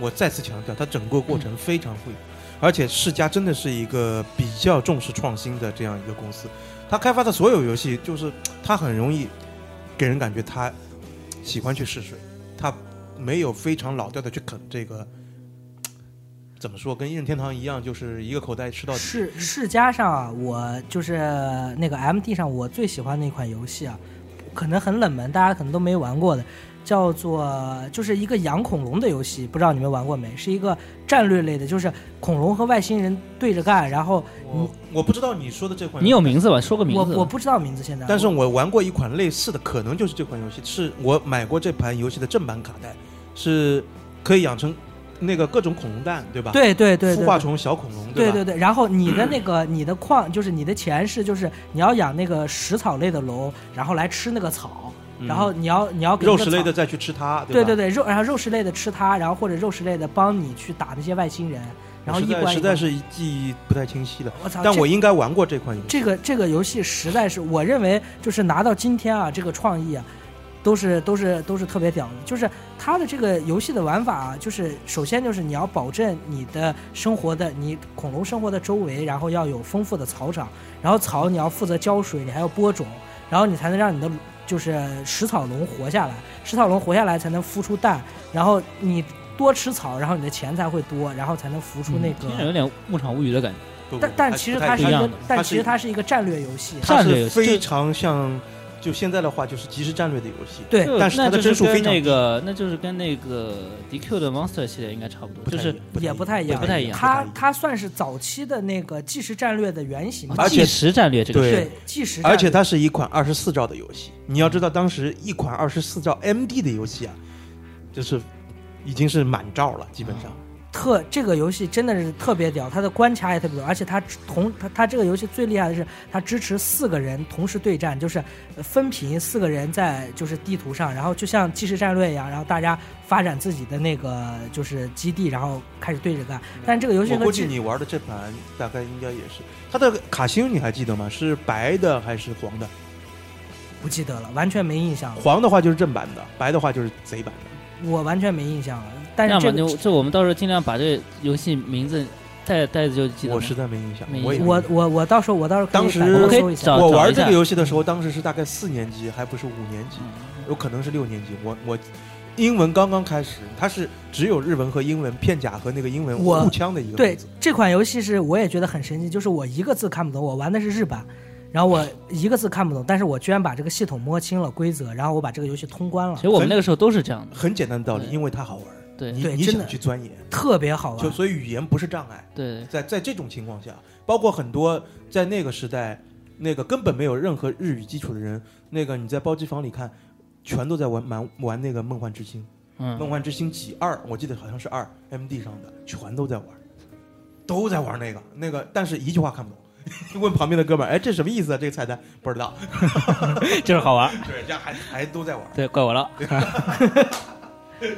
我再次强调，它整个过嗯程非常辉煌，而且世嘉真的是一个比较重视创新的这样一个公司。它开发的所有游戏，就是它很容易给人感觉它喜欢去试水，它没有非常老调的去啃这个。怎么说？跟任天堂一样，就是一个口袋吃到底。世世嘉上啊，我就是那个 MD 上我最喜欢的一款游戏啊，可能很冷门，大家可能都没玩过的，叫做就是一个养恐龙的游戏，不知道你们玩过没？是一个战略类的，就是恐龙和外星人对着干，然后我我不知道你说的这款，你有？名字吧？说个名我字吧。我不知道名字现在，但是我我玩过一款类似的，可能就是这款游戏，是我买过这盘游戏的正版卡带，是可以养成那个各种恐龙蛋，对吧？，对对对孵对化虫、小恐龙，对吧？对对，然后你的那个你的矿就是你的钱是就是你要养那个食草类的龙，然后来吃那个草，嗯然后你要你要给那肉个食类草的再去吃它，对吧？对，肉，然后肉食类的吃它，然后或者肉食类的帮你去打那些外星人，然后实一在关一实在关。是记忆不太清晰了，我操！但这我应该玩过这款游戏。这个这个游戏实在是，我认为就是拿到今天啊，这个创意啊，都是都是都是特别屌的。就是它的这个游戏的玩法啊，就是首先就是你要保证你的生活的你恐龙生活的周围，然后要有丰富的草场，然后草你要负责浇水，你还要播种，然后你才能让你的就是食草龙活下来，食草龙活下来才能孵出蛋，然后你。多吃草，然后你的钱才会多，然后才能孵出那嗯个。听着有点牧场物语的感觉。不但不但还其实不太它是一一样个的，但它其是实它是一个战略游戏。它战略游是戏非常像，就现在的话就是即时战略的游戏。对，就但是那它的就是帧数跟非常那个，那就是跟那个 DQ 的 Monster 系列应该差不多，不太就一是样也不太一样，不太一样它不太一样它算是早期的那个即时战略的原型吧哦而且计时战略这个啊对是对即时战略，而且它是一款二十四兆的游戏。你要知道，当时一款二十四兆 MD 的游戏啊，就是已经是满兆了，基本上。特这个游戏真的是特别屌，它的关卡也特别屌，而且它同它它这个游戏最厉害的是它支持四个人同时对战，就是呃分屏四个人在就是地图上，然后就像即时战略一样，然后大家发展自己的那个就是基地，然后开始对着干。但这个游戏我和估计即你玩的这盘大概应该也是它的卡星，你还记得吗？是白的还是黄的？不记得了，完全没印象了，黄的话就是正版的，白的话就是贼版的。我完全没印象了。但那是么这个就这我们到时候尽量把这游戏名字带带着就记得。我实在没印象没，我也印我我我到时候我到时候可以当时百我们度可搜一以下找我找玩一这下个游戏的时候，当时是大概四年级，还不是五年级，有可能是六年级。我我英文刚刚开始，它是只有日文和英文片假和那个英文我互腔的一个对名字。这款游戏是我也觉得很神奇，就是我一个字看不懂，我玩的是日版，然后我一个字看不懂，但是我居然把这个系统摸清了规则，然后我把这个游戏通关了其，实我们那个时候都是这样的，很简单的道理，对因为它好玩。对你对你真想的去钻研，特别好就玩。所以语言不是障碍。对，在在这种情况下，包括很多在那个时代，那个根本没有任何日语基础的人，那个你在包机房里看，全都在玩玩玩那个《梦幻之星》梦嗯，幻之星》几二，我记得好像是二 MD 上的，全都在玩，都在玩那个那个，但是一句话看不懂。 就问旁边的哥们儿，哎，这什么意思啊？这个彩蛋不知道。就是好玩。对，人家还还都在玩。对，怪我了。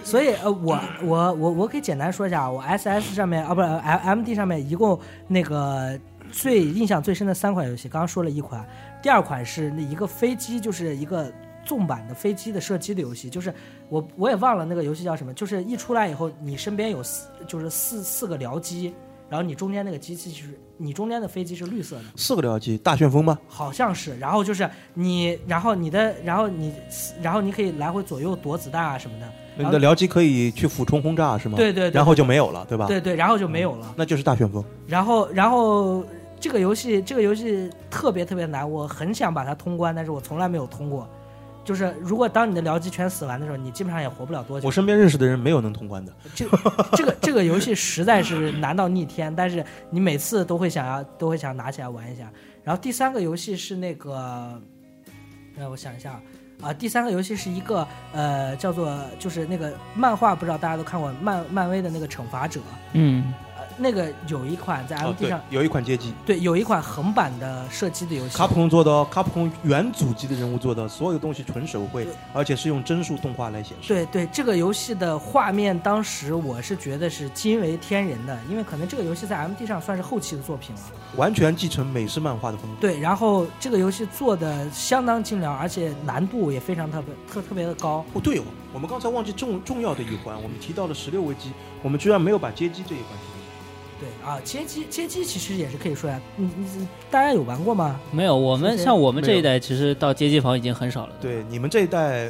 所以呃，我我我我可以简单说一下啊，我 S S 上面啊，不是 M D 上面一共那个最印象最深的三款游戏，刚刚说了一款，第二款是那一个飞机，就是一个纵版的飞机的射击的游戏，就是我我也忘了那个游戏叫什么，就是一出来以后，你身边有四就是四四个僚机，然后你中间那个机器是你中间的飞机是绿色的。四个僚机，大旋风吗？好像是，然后就是你，然后你的，然后你，然后你可以来回左右躲子弹啊什么的。你然后的僚机可以去俯冲轰炸是吗？对对对然后就没有了，对吧？对对，然后就没有了。那就是大旋风。然后，然后这个游戏，这个游戏特别特别难，我很想把它通关，但是我从来没有通过。就是如果当你的僚机全死完的时候，你基本上也活不了多久我。身边认识的人没有能通关的。这这个这个游戏实在是难到逆天，但是你每次都会想要都会想拿起来玩一下。然后第三个游戏是那个，让我想一下啊、第三个游戏是一个呃叫做就是那个漫画，不知道大家都看过漫漫威的那个惩罚者，嗯，呃，那个有一款在哦， MD 对上、，有一款街机，对有一款横版的射击的游戏卡，普空做的哦，卡普空原祖级的人物做的，所有东西纯手绘，而且是用帧数动画来显示。对对，这个游戏的画面当时我是觉得是惊为天人的，因为可能这个游戏在 MD 上算是后期的作品了。完全继承美式漫画的风格。对，然后这个游戏做的相当精良，而且难度也非常特别特特别的高。哦，对哦，我们刚才忘记重重要的一环，我们提到了十六位机，我们居然没有把街机这一环提进对啊，街机街机其实也是可以说呀，你你大家有玩过吗？嗯没有。我们像我们这没一有代，其实到街机房已经很少了。来。对，你们这一代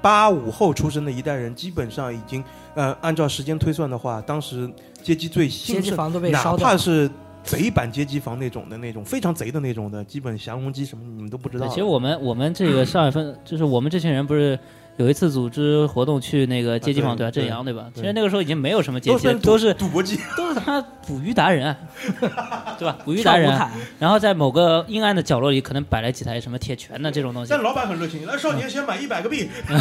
八五后出生的一代人，基本上已经呃，按照时间推算的话，当时街机最街兴机盛，房都被哪烧掉怕了。是。贼版街机房那种的那种非常贼的那种的，基本降龙机什么你们都不知道对，了。其实我们我们这个上一份就是我们这群人不是有一次组织活动去那个街机啊房对对吧？对正阳对吧？对其实那个时候已经没有什么街都机了，是都是赌博机，都是他捕鱼达人啊， 对吧？捕鱼跳达舞人，啊毯，然后在某个阴暗的角落里，可能摆了几台什么铁拳的这种东西但。老板很热情，来少年先买一百个币。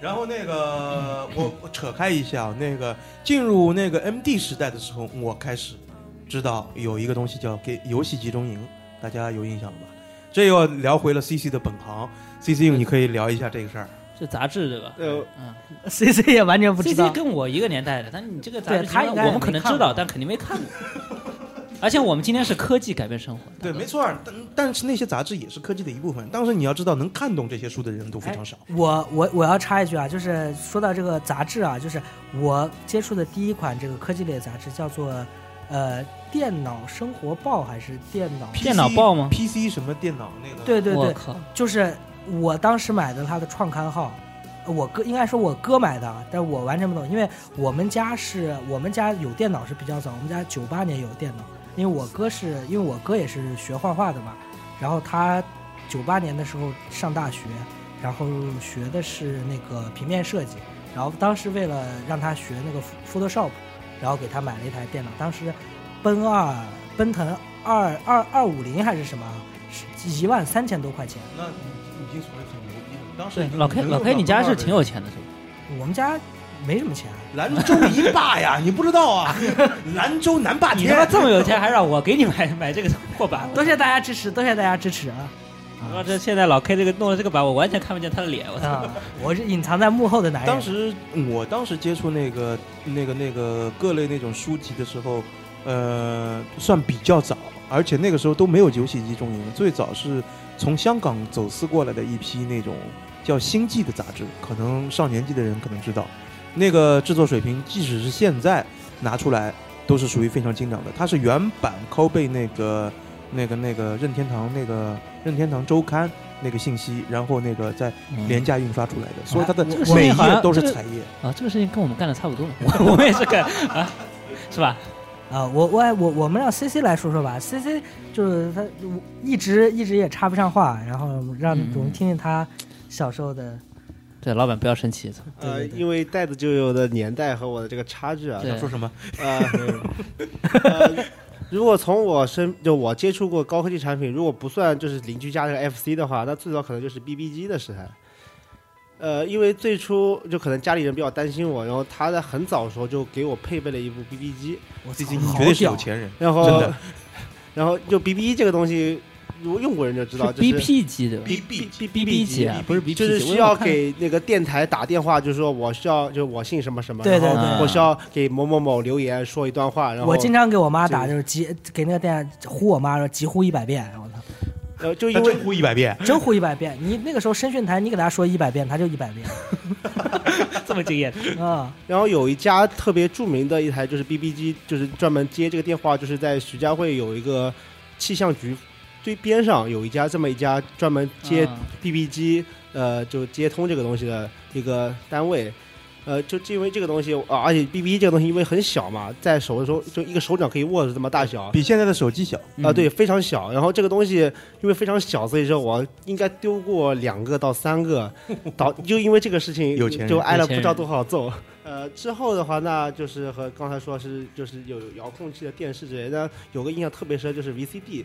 然后那个我我扯开一下，那个进入那个 MD 时代的时候，我开始知道有一个东西叫给游戏集中营，大家有印象了吧？这又聊回了 CC 的本行，CC 你可以聊一下这个事儿。是杂志对吧？呃，嗯 C C 也完全不知，C 道 C。跟我一个年代的，但你这个杂对志他新闻应该我们可能没看知道，过但肯定没看过。而且我们今天是科技改变生活，对，没错儿，但但是那些杂志也是科技的一部分。当时你要知道，能看懂这些书的人都非常少。我我我要插一句啊，就是说到这个杂志啊，就是我接触的第一款这个科技类杂志叫做呃《电脑生活报》还是《电脑》？哎电脑报吗 PC 什么电脑那个？对对我对，靠，就是我当时买的他的创刊号，呃我哥应该说我哥买的，但我完全不懂，因为我们家是我们家有电脑是比较早，我们家九八年有电脑，因为我哥是因为我哥也是学画画的嘛，然后他九八年的时候上大学，然后学的是那个平面设计，然后当时为了让他学那个 Photoshop，然后给他买了一台电脑，当时奔二奔腾二二二五零还是什么，一万三千多块钱。那你已经属于很牛逼了。当时对已，经老 K 能老够 K 你家是到挺有钱的，是吧？我们家没什么钱， 啊兰州一霸呀，你不知道啊？ 兰州南霸你他妈天，这么有钱，还让我给你买买这个破版？ 啊多谢大家支持，多谢大家支持啊！我说这现在老 K 这个弄了这个版，我完全看不见他的脸，我操！ 啊，我是隐藏在幕后的男人。当时嗯我当时接触那个那个那个各类那种书籍的时候，呃，算比较早，而且那个时候都没有游戏机中营，最早是从香港走私过来的一批那种叫《星际》的杂志，可能上年纪的人可能知道，那个制作水平，即使是现在拿出来，都是属于非常精良的。它是原版 Kobe 那个那个那个任天堂那个任天堂周刊那个信息，然后那个在廉价印刷出来的，所以它的这个事情每一好像页都是这个彩页。嗯啊，这个事情跟我们干的差不多了， 我我们也是干啊，是吧？啊，我我我我们让 C C 来说说吧，C C 就是他我一直一直也插不上话，然后让嗯我们听听他小时候的。对，老板不要生气，操呃，对对对因为袋子就有的年代和我的这个差距啊，对 说什么？呃，呃如果从我身就我接触过高科技产品，如果不算就是邻居家这个 FC 的话，那最早可能就是 BB 机的时代。呃，因为最初就可能家里人比较担心我，然后他在很早的时候就给我配备了一部 BB 机，我毕操竟你好绝对是有屌钱人，真然后的，然后就 BB 这个东西，如果用过人就知道，就是 BP 级的吧 BB B ，BB 级机啊，不是 BP 级，就是我需有要看给那个电台打电话，就是说我需要，就是我姓什么什么，对对然后对我需要给某某某留言说一段话，然后我经常给我妈这打，个就是急给那个电呼我妈说急呼一百遍， 我操，呃就因他为真呼一百遍，真呼一百遍。你那个时候声讯台，你给她说一百遍，她就一 百遍这么惊艳，啊。然后有一家特别著名的一台就是 BB 机，就是专门接这个电话，就是在徐家汇有一个气象局对边上有一家这么一家专门接啊 BB 机，呃，就接通这个东西的一个单位。呃，就因为这个东西，啊而且 BB 这个东西因为很小嘛，在手的时候就一个手掌可以握着这么大小，比现在的手机小。啊，对，，非常小。然后这个东西因为非常小，所以说我应该丢过两个到三个，导就因为这个事情有钱人就挨了有不钱知道人多少揍。呃，之后的话，那就是和刚才说是就是有遥控器的电视之类的，有个印象特别深就是 VCD，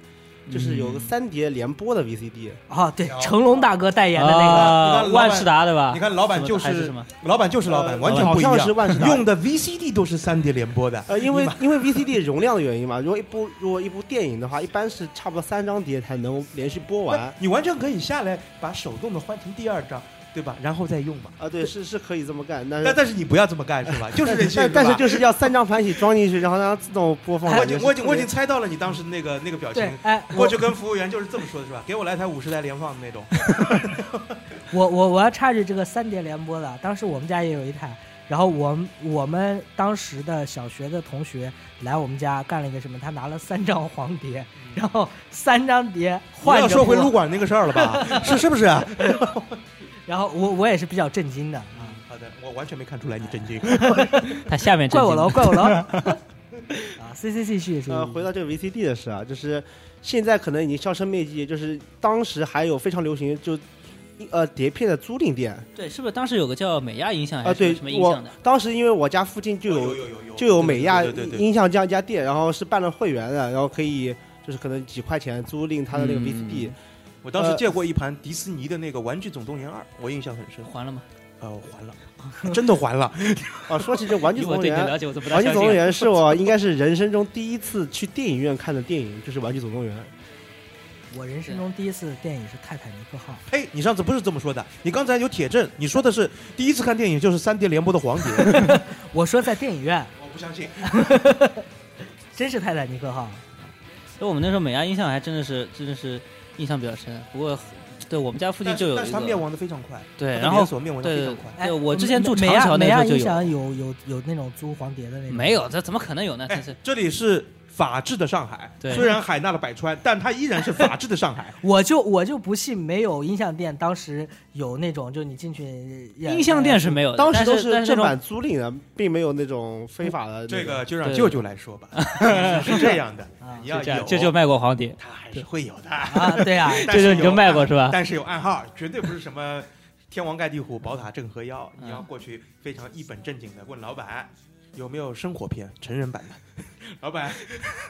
就是有嗯个三碟连播的 VCD，啊，对，成龙大哥代言的那你啊看老板万事达的吧？你看老老板就是还是什么？老板就是老呃板，完全好不一像是样。万事达用的 VCD 都是三碟连播的，呃，因为因为 VCD 容量的原因嘛，如果一部如果一部电影的话，一般是差不多三张碟才能连续播完。你完全可以下来把手动的换成第二张，对吧？然后再用嘛。啊，对，是是可以这么干，但是但但是你不要这么干是吧？就是这些，呃但但是吧就是要三张盘一起装进去，然后让它自动播放。我已经我已经我已经特猜到了你当时那个那个表个，对情，，哎，过去跟服务员就是这么说的是吧？给我来台五十台连放的那种。 我我我要插一句，这个三碟联播的，当时我们家也有一台，然后我们我们当时的小学的同学来我们家干了一个什么，他拿了三张黄碟，嗯然后三张碟不换要着说回播撸管那个事儿了吧？是是不啊是？然后我我也是比较震惊的啊， 好的，我完全没看出来你震惊。他下面这怪我几喽，个怪我喽。 啊，C C C 续别呃，回到这个 VCD 的事啊，就是现在可能已经销声匿迹，就是当时还有非常流行就。呃，碟片的租赁店对，是不是当时有个叫美亚音像啊、还是对哎什么音我像的？当时因为我家附近就有哦有有就有美亚对对对对对音像这样一家店，然后是办了会员的，然后可以就是可能几块钱租赁它的那个嗯 VCD，、我当时借过一盘迪士尼的那个《玩具总动员二》，我印象很深。还了吗？呃，还了， 真的还了。 啊，说起这《玩具以总我动对你员的》，了解，我怎么不《大玩具相总动信啊？员》是我应该是人生中第一次去电影院看的电影，就是《玩具总动员》。我人生中第一次电影是《泰坦尼克号》，嘿，哎你上次不是这么说的，你刚才有铁证，你说的是第一次看电影就是三碟连播的 黄碟。我说在电影院，我不相信。真是《泰坦尼克号》。所以我们那时候美亚音像还真的是真的是印象比较深。不过，对我们家附近但就有但一是他灭个，亡的非常快，对，它的然后连锁灭亡的非常快。对我之前住哎美长亚桥那美时亚候就音有，响有有有那种租黄碟的那种，。没有，这怎么可能有呢？哎真是，这里是法治的上海，对虽然海纳了 百川，但它依然是法治的上海我就我就不信没有音像店，当时有那种就你进去哎呃音像店是没有的，当时呃但都是但是那正种版租赁的，并没有那种非法的、那这个就让 对舅舅来 说吧，是这样的，啊你要这样有，这就卖过黄碟，他还是会有的。啊，对啊， 但是这就你就有卖过是吧但是有暗号，绝对不是什么 天王盖地虎、宝塔镇河妖。嗯你要过去非常一本正经的问老板，有没有生活片成人版的？ 老板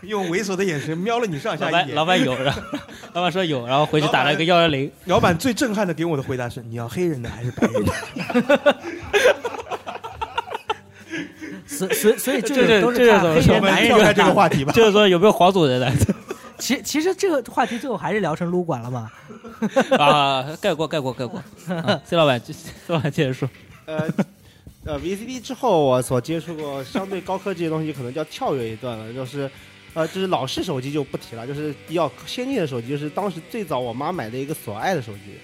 用猥琐的眼神瞄了你上下老一板眼。老板有，然后 老板说有，然后回去打了个幺幺零，老板最震撼的给我的回答是：你要黑人的还是白人的？ 所所所以 就这就是都这就看怎么黑说人我男们人跳开长这大个话题吧。就是说有没有黄种人的其其实这个话题最后还是聊成撸管了 嘛，啊？盖过盖过 盖过。啊 C 老板，C 老板接着说，呃呃 VCD 之后，我所接触过相对高科技的东西，可能就要跳跃一段了，就是。呃，就是老式手机就不提了，就是比较先进的手机，就是当时最早我妈买的一个索爱的手机，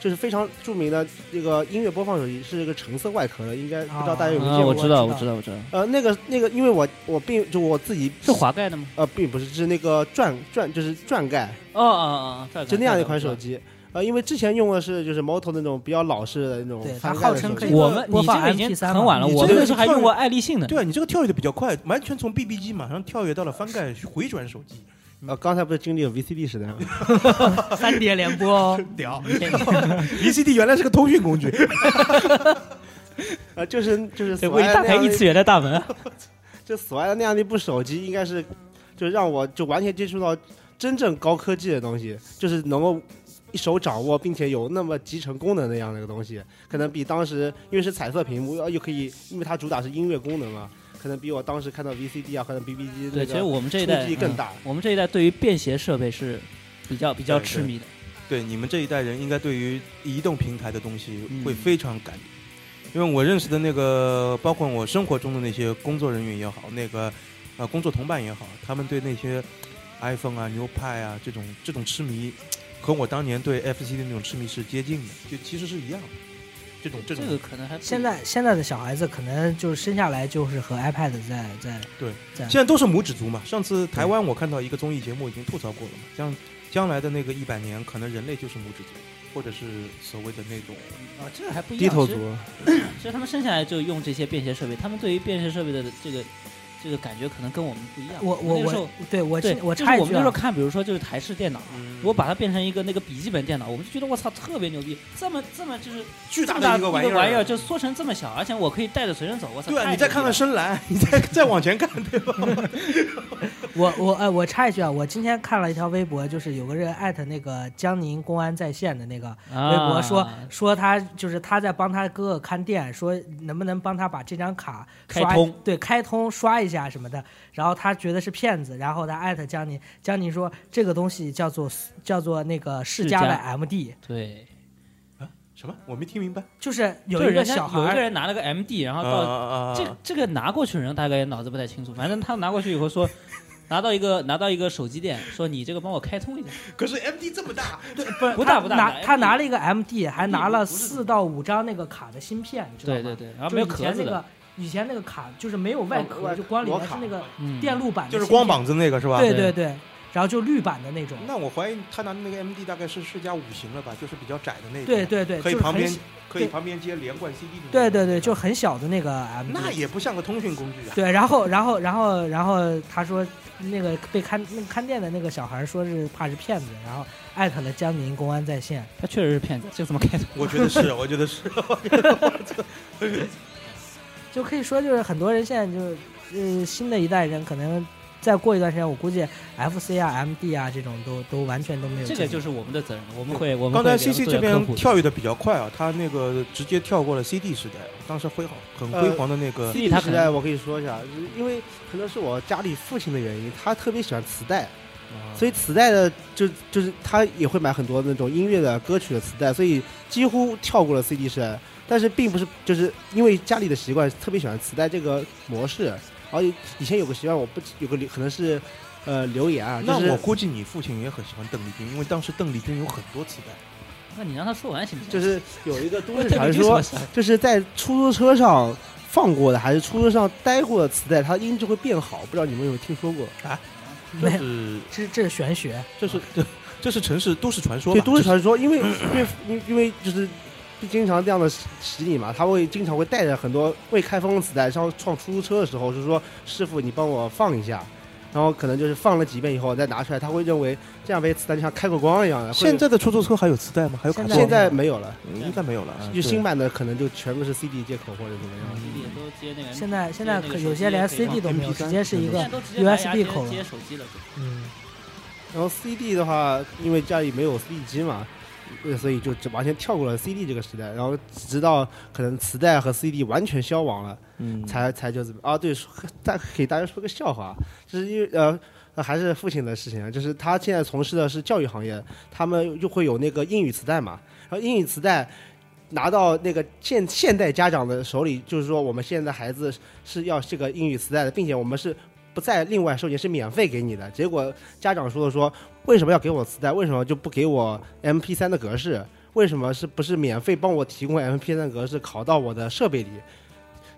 就是非常著名的这个音乐播放手机，是一个橙色外壳的，应该不知道大家有没有啊，见我过。知道我知道我知道，呃，那个那个，因为我我并就我自己是滑盖的吗？呃，并不是，是那个转转，就是转盖，哦哦哦，就那样一款手机。机。呃，因为之前用的是就是 Moto 那种比较老式的那种对翻它盖号的手称可机以，我们播你放这个已经 MP3 很晚了，嘛我那你这个个时候还用过爱立信呢。对啊，你这个跳跃的比较快，完全从 BB 机马上跳跃到了翻盖回转手机，呃，刚才不是经历了 VCD 时代吗？ 三碟联 播哦，屌！VCD 原来是个通讯工具，呃，就是就是对，索我一 爱打那开样异一次元的大门啊，就索爱的那样一部手机，应该是就让我就完全接触到真正高科技的东西，就是能够一手掌握，并且有那么集成功能的样的一个东西，可能比当时因为是彩色屏幕，又可以，因为它主打是音乐功能嘛，可能比我当时看到 VCD 啊，看到 BB 机 对，那其实个我们这一代冲击更大嗯我们这一代对于便携设备是比较比较对痴迷的。对你们这一代人，应该对于移动平台的东西嗯会非常感，因为我认识的那个，包括我生活中的那些工作人员也好，那个呃工作同伴也好，他们对那些 iPhone 啊、牛派啊这种这种痴迷，和我当年对 FC 的那种痴迷是接近的，就其实是一样的。这种这这种个可能还不现在现在的小孩子可能就是生下来就是和 iPad 在在对在现在都是拇指族嘛。上次台湾我看到一个综艺节目已经吐槽过了嘛，像将来的那个一百年，可能人类就是拇指族，或者是所谓的那种啊，这个还不一样。低头其族实，其实他们生下来就用这些便携设备，他们对于便携设备的这个这个感觉可能跟我们不一样。我我那个时候我对我对，我就插是一我们句那时候啊，嗯看，比如说就是台式电脑，啊如果把它变成一个那个笔记本电脑，我们就觉得我操特别牛逼，这么这么就是巨这大么的大一个玩玩意儿，意儿，就缩成这么小，而且我可以带着随身走，我操！对啊，太你再牛看逼看了深蓝， 你再再往前看，对吧？我我哎我插一句啊，我今天看了一条微博，就是有个人艾特那个江宁公安在线的那个微博啊说说他就是他在帮他哥哥看店，说能不能帮他把这张卡开刷通，对，开通刷一下什么的。然后他觉得是骗子，然后他艾特江宁，江宁说这个东西叫做叫做那个世世嘉的嘉 MD，对，什么？我没听明白。就是有就是一个人家小孩有一个儿，人拿了个 MD，然后啊到啊这啊！这个拿过去的人大概也脑子不太清楚，反正他拿过去以后说，拿到一个拿到一个手机店，说你这个帮我开通一下，可是 MD 这么大， 不他大不大，拿他拿了，了一个 MD，还拿了不是四到五张那个卡的芯片，你知道吗？对对对，然后就没有以壳前子的那个，以前那个卡就是没有外哦壳，外就光里裸面是卡那个嗯，电路板的芯片，就是光膀子那个是吧？对对对对，然后就绿版的那种，那我怀疑他拿的那个 MD 大概是世嘉五型了吧，就是比较窄的那个。对对对，可以就是旁边很小可以旁边接连贯 CD 的那个。对对对，吧就很小的那个 M，那也不像个通讯工具啊。对，然后然后然后然后他说那个被看那个看店的那个小孩说是怕是骗子，然后艾特了江宁公安在线，他确实是骗子，这怎么开通？我觉得是，我觉 得是。就可以说就是很多人现在就是呃新的一代人可能。再过一段时间，我估计 FC 啊、MD 啊这种都都完全都没有这见过。个就是我们的责任，我们会我们刚才会给他们 CC 啊做这边科普的跳跃的比较快啊，他那个直接跳过了 CD 时代，当时辉煌很呃辉煌的那个 CD 它可时能代我可以说一下，就是因为可能是我家里父亲的原因，他特别喜欢磁带，啊所以磁带的就就是他也会买很多那种音乐的歌曲的磁带，所以几乎跳过了 CD 时代。但是并不是就是因为家里的习惯，特别喜欢磁带这个模式，而且以前有个习惯，我不有个可能是呃留言啊，就那是我估计你父亲也很喜欢邓丽君，因为当时邓丽君有很多磁带。那你让他说完行不行？就是有一个都市这传说， 就是在出租车上放过的，还是出租车上待过的磁带，它音质会变好。不知道你们有没有听说过？这没有，是这这是玄学。这是这这是城市都市传说吧？对，都市传说，因为因为因为因为就是经常这样的洗洗礼嘛，他会经常会带着很多未开封的磁带上上出租车的时候，就说师傅你帮我放一下。然后可能就是放了几遍以后再拿出来，他会认为这样被磁带就像开过光一样的。会现在的出租车还有磁带吗？还有卡座吗？现在没有了，嗯应该没有了啊。就对嗯新版的可能就全部是 CD 接口或者怎么样。 CD 都接那个，现在现在那个可手有机些连也可以 CD 都没有， MP3 直接是一现在个都直接蓝牙 USB 口了接接手机了，嗯，然后 CD 的话，因为家里没有 CD 机嘛，呃，所以就只完全跳过了 CD 这个时代，然后直到可能磁带和 CD 完全消亡了，嗯才才就怎么啊？对，说 大给大家说个笑话，啊就是因为呃。呃还是父亲的事情啊，就是他现在从事的是教育行业，他们又会有那个英语磁带嘛，然后英语磁带拿到那个现现代家长的手里，就是说我们现在孩子是要这个英语磁带的，并且我们是不再另外收钱，是免费给你的。结果家长说的说，为什么要给我磁带？为什么就不给我 MP 3的格式？为什么是不是免费帮我提供 MP 3格式拷到我的设备里？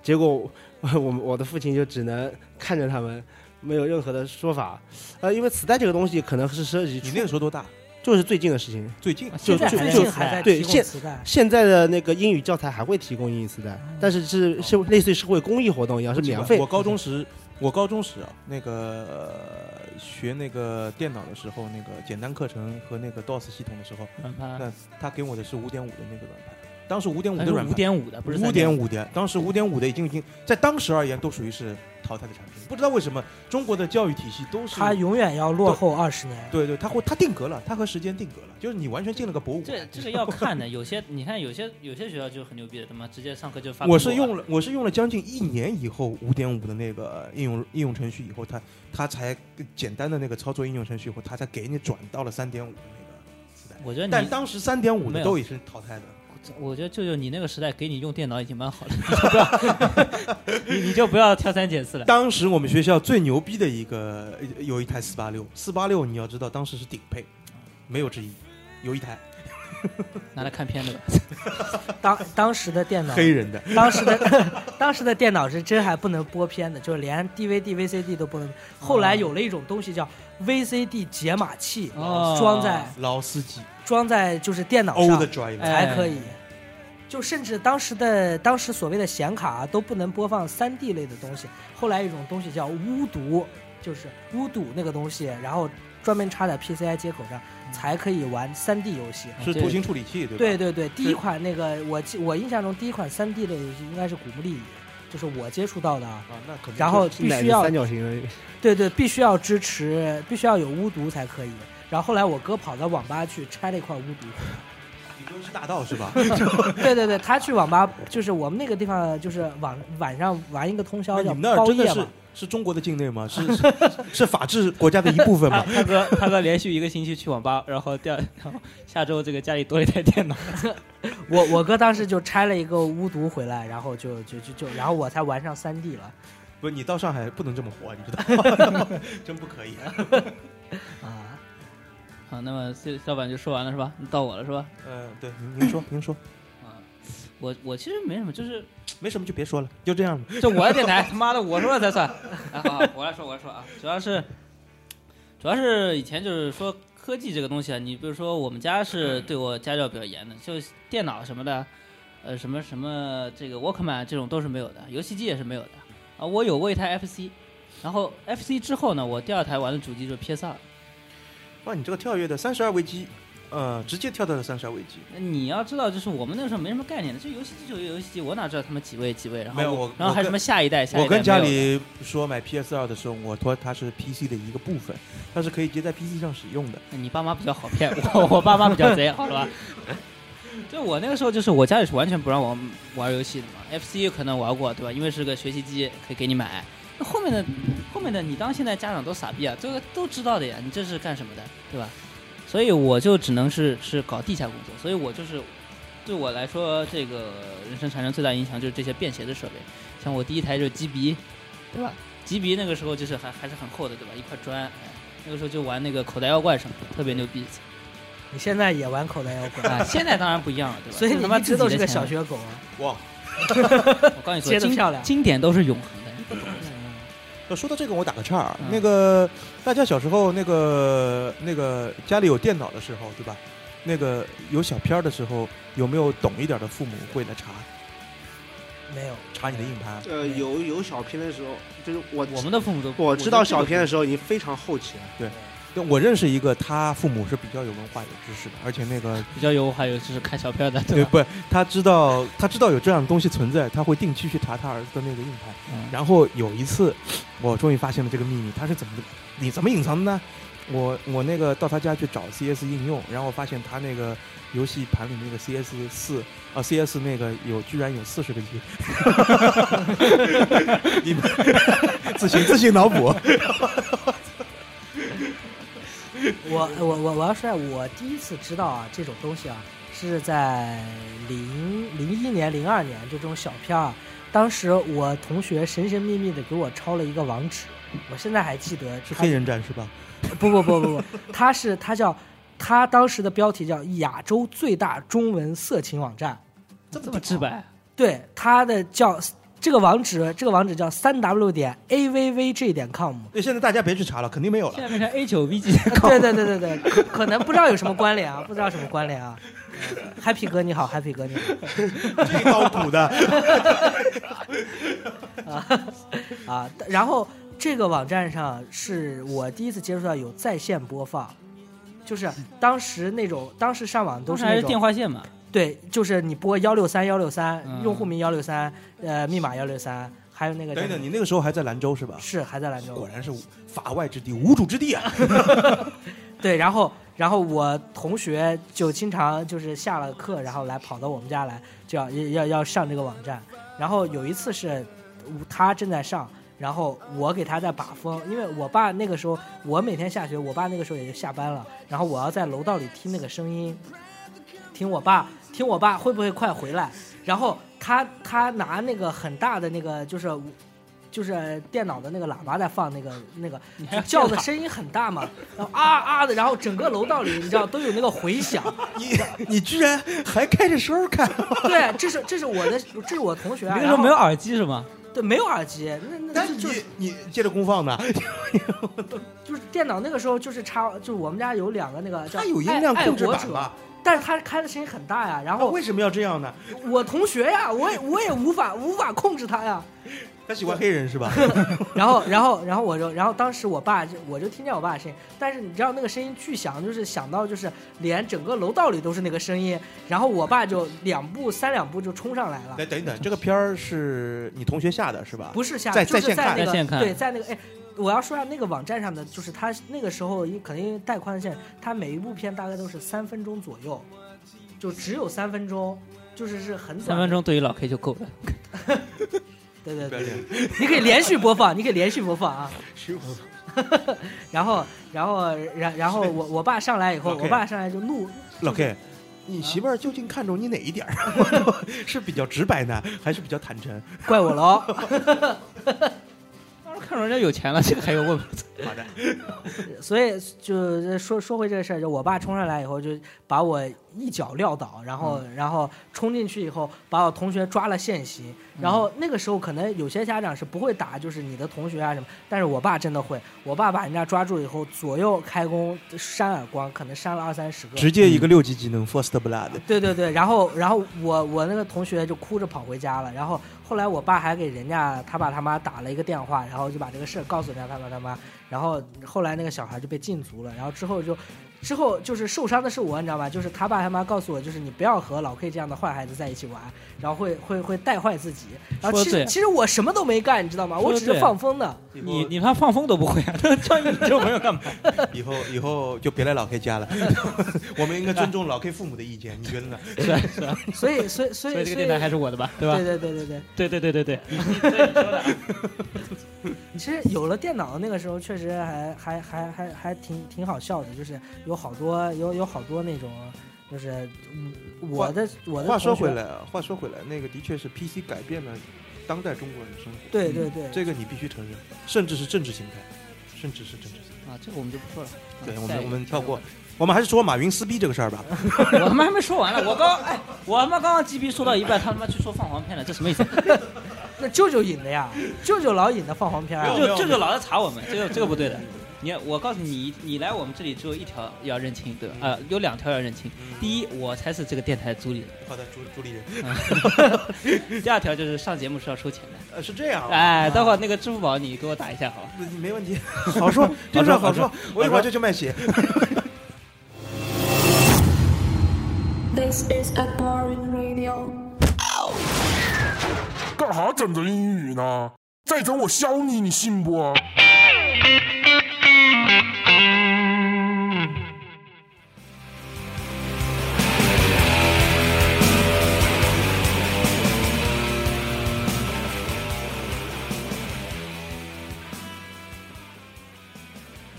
结果我 我我的父亲就只能看着他们，没有任何的说法。呃，因为磁带这个东西可能是涉及你那个时候多大？就是最近的事情，最近就现在就最就近还在对提供现磁带，现在的那个英语教材还会提供英语磁带，但是是是类似于社会公益活动一样，是免费我。高中时，我高中时啊，那个、呃学那个电脑的时候，那个简单课程和那个 DOS 系统的时候，软盘那他给我的是五点五的那个软盘，当时五哎点五它的是软五盘，点五的，不是五点五的，当时五点五的已经已经在当时而言都属于是淘汰的产品。不知道为什么中国的教育体系都是它永远要落后二十年。对对，它会它定格了，它和时间定格了，就是你完全进了个博物馆。这这个要看 的，有些你看有些有些学校就很牛逼的，他妈直接上课就发。我是用了，我是用了将近一年以后，五点五的那个应用应用程序以后，它它才简单的那个操作应用程序以后，它才给你转到了三点五的那个时代。我觉得但你，当时三点五没的有都已经淘汰的，我觉得舅舅你那个时代给你用电脑已经蛮好了，你就不 要你你就不要挑三拣四了。当时我们学校最牛逼的一个呃有一台四八六，四八六你要知道当时是顶配，没有之一，有一台拿来看片子吧，当当时的电脑，黑人的，当时的 当时的电脑是真还不能播片的，就是连 DVD、VCD 都不能。后来有了一种东西叫 VCD 解码器，哦装在老司机装在就是电脑上，old driver，哎才可以。就甚至当时的当时所谓的显卡、啊、都不能播放 3D 类的东西。后来有一种东西叫巫毒，就是巫毒那个东西，然后专门插在 PCI 接口上才可以玩 3D 游戏。嗯是图形处理器对吧？对对对，第一款那个我记我印象中第一款 3D 类游戏应该是《古墓丽影》，就是我接触到的啊。啊，那可能然后是必哪须个要三角形的？对对，必须要支持，必须要有巫毒才可以。然后后来我哥跑到网吧去拆了一块巫毒，你说是大道是吧？对对对，他去网吧就是我们那个地方，就是晚晚上玩一个通宵那你叫们那儿包真的夜是嘛。是中国的境内吗？是是是法治国家的一部分他吗？他哥他哥连续一个星期去网吧， 然后第二然后下周这个家里多了一台电脑，我我哥当时就拆了一个巫毒回来，然后就就就就，然后我才玩上三 D 了。不，你到上海不能这么活，你知道 吗？真不可以。啊，好，那么这老板就说完了是吧？到我了是吧？呃，对，您您说，您说，啊，我我其实没什么，就是没什么就别说了，就这样吧。这我的电台，他妈的，我说了才算。 啊，好，好我来说，我来说啊，主要是，主要是以前就是说科技这个东西啊，你比如说我们家是对我家教比较严的，就电脑什么的，呃，什么什么这个 Walkman 这种都是没有的，游戏机也是没有的。啊，我有过一台 FC，然后 FC 之后呢，我第二台玩的主机就是 PS 二。哇，你这个跳跃的三十二位机，呃，直接跳到了三十二位机。你要知道，就是我们那时候没什么概念的，这游戏机就有游戏机，我哪知道他们几位几位，然后没有我然后还我跟什么下一代下一代。我跟没家有的里说买 PS 二的时候，我说它是 PC 的一个部分，它是可以接在 PC 上使用的。你爸妈比较好骗， 我我爸妈比 较贼，好吧？就我那个时候，就是我家里是完全不让我玩游戏的嘛，FC 可能玩过，对吧？因为是个学习机，可以给你买。那后面的后面的，你当现在家长都傻逼啊，这个都知道的呀，你这是干什么的，对吧？所以我就只能是是搞地下工作，所以我就是对我来说，这个人生产生最大影响就是这些便携的设备，像我第一台就是机鼻，对吧？级别那个时候就是还还是很厚的，对吧？一块砖，哎那个时候就玩那个口袋妖怪什么的，特别牛逼你现在也玩口袋妖 怪， 啊！现在当然不一样了，对吧？所以这你他妈一自直己都是的个钱小了。学狗啊。哇，我告诉你 说，接得漂经亮经典都是永恒 的，你不嗯懂的。那说到这个，我打个岔儿嗯。那个大家小时候，那个那个家里有电脑的时候，对吧？那个有小片儿的时候，有没有懂一点的父母会来查没有，查你的硬盘？呃，有有小片的时候，就是我我们的父母都不我知道小片的片时候已经非常后期了。对我认识一个，他父母是比较有文化、有知识的，而且那个比较有，还有就是看小片的，对吧？不，他知道他知道有这样的东西存在，他会定期去查他儿子的那个硬盘。嗯然后有一次，我终于发现了这个秘密，他是怎么你怎么隐藏的呢？我我那个到他家去找 CS 应用，然后发现他那个游戏盘里那个 CS 四啊 CS 那个有居然有四十个 G，你们自行自行脑补。我我我我要说，我第一次知道啊这种东西啊，是在零零一年、零二年就这种小片儿。啊当时我同学神神秘秘的给我抄了一个网址，我现在还记得是他黑人战是吧？不不不不不，他是他叫他当时的标题叫亚洲最大中文色情网站，这这么直白，对他的叫这个网址，这个网址叫三 w 点 a v v g 点 com。对，现在大家别去查了，肯定没有现了。在变成 A 九 V G 对对对对对，可可能不知道有什么关联啊，不知道什么关联啊。Happy 哥你好，Happy 哥你好这个脑补的，啊。然后这个网站上是我第一次接触到有在线播放，就是当时那种当时上网都都是还那是电种话线嘛？对，就是你拨幺六三幺六三嗯，用户名幺六三，呃，密码幺六三，还有那个等一等，你那个时候还在兰州是吧？是还在兰州果，然是法外之地，无主之地 啊！对，然后然后我同学就经常就是下了课，然后来跑到我们家来，就要要要要上这个网站。然后有一次是呃他正在上，然后我给他在把风，因为我爸那个时候我每天下学，我爸那个时候也就下班了，然后我要在楼道里听那个声音，听我爸听我爸会不会快回来，然后他他拿那个很大的那个就是。就是电脑的那个喇叭在放那个那个，你还就叫的声音很大嘛，然后啊啊的，然后整个楼道里你知道都有那个回响，你你居然还开着收 看，对，这是这是我的，这是我同学啊，那个时候然后没有耳机是吗？对没有耳机，那那但那就你是你接着公放呢？就是电脑那个时候就是插，就是我们家有两个那个叫它有音量爱控制爱板国者，吧？但是他开的声音很大呀，然后 为什么要这样呢？我同学呀，我也我也无法无法控制他呀，他喜欢黑人是 吧？然后，然后，然后我就，然后当时我爸就，我就听见我爸的声音，但是你知道那个声音巨响，就是响到就是连整个楼道里都是那个声音，然后我爸就两步三两步就冲上来了，来等一等，这个片儿是你同学下的是吧？不是下，啊在就在是线看那在线看个对，在那个哎，我要说一下那个网站上的，就是他那个时候因肯定带宽限，他每一部片大概都是三分钟左右，就只有三分钟，就是是很短，三分，钟对于老 K 就够了。对对不要对这，样你可以连续播放，你可以连续播放啊。 是然后，然后，然然后我我爸上来以后， OK 我爸上来就怒，老 K，你媳妇儿究竟看中你哪一点儿？ 是比较直白呢，还是比较坦诚？怪我哦喽。当时看着人家有钱了，这个还有问吗？好的，所以就呃说说回这个事儿，就我爸冲上来以后，就把我一脚撂倒，然后、然后冲进去以后，把我同学抓了现行。然后那个时候可能有些家长是不会打，就是你的同学啊什么，但是我爸真的会，我爸把人家抓住以后，左右开弓扇耳光，可能扇了二三十个。直接一个六级技能 First Blood。对对对，然后然后我我那个同学就哭着跑回家了，然后后来我爸还给人家他爸他妈打了一个电话，然后就把这个事儿告诉人家他爸他妈，然后后来那个小孩就被禁足了，然后之后就之后就是受伤的是我，你知道吗？就是他爸他妈告诉我，就是你不要和老 K 这样的坏孩子在一起玩，然后会会会带坏自己，然后说其得实对其实我什么都没干，你知道吗？我只说得是对放风的， 你你怕放风都不会啊？ 叫你这种朋友干嘛？以后以后就别来老 K 家 了，我们应该尊重老 K 父母的意见，你觉得呢？是啊是啊，所以所以所 所以以这个所以电台还是我的吧，对吧对？对对对对。对对对对对， 啊其实有了电脑，那个时候确实还还还还还挺挺好笑的，就是有好多有有好多那种，就是嗯我的我的话说同学回，来啊，话说回来，那个的确是 PC 改变了当代中国人的生活，对嗯对对，这个你必须承认，甚至是政治形态，甚至是政治形态。啊，这个我们就不说了。啊对我下一们个我们跳过，我们还是说马云撕逼这个事儿吧。我他妈还没说完了，我刚哎，我他妈刚刚 GB 说到一半，他他妈去说放黄片了，这什么意 思？那舅舅引的呀，舅舅老引的放黄片儿啊，就就就老是查我们，这个这个不对的。你我告诉你，你来我们这里只有一条要认清，对吧？呃，有两条要认清。第一，我才是这个电台主理人； 好的，主主理人，第二条就是上节目是要收钱的。呃，是这样啊，哎，待会儿那个支付宝你给我打一下，好吧？没问题，好说， 这事儿好说，我一会儿就去卖血。 This is a boring radio. 干哈整着英语呢？再整我削你，你信不？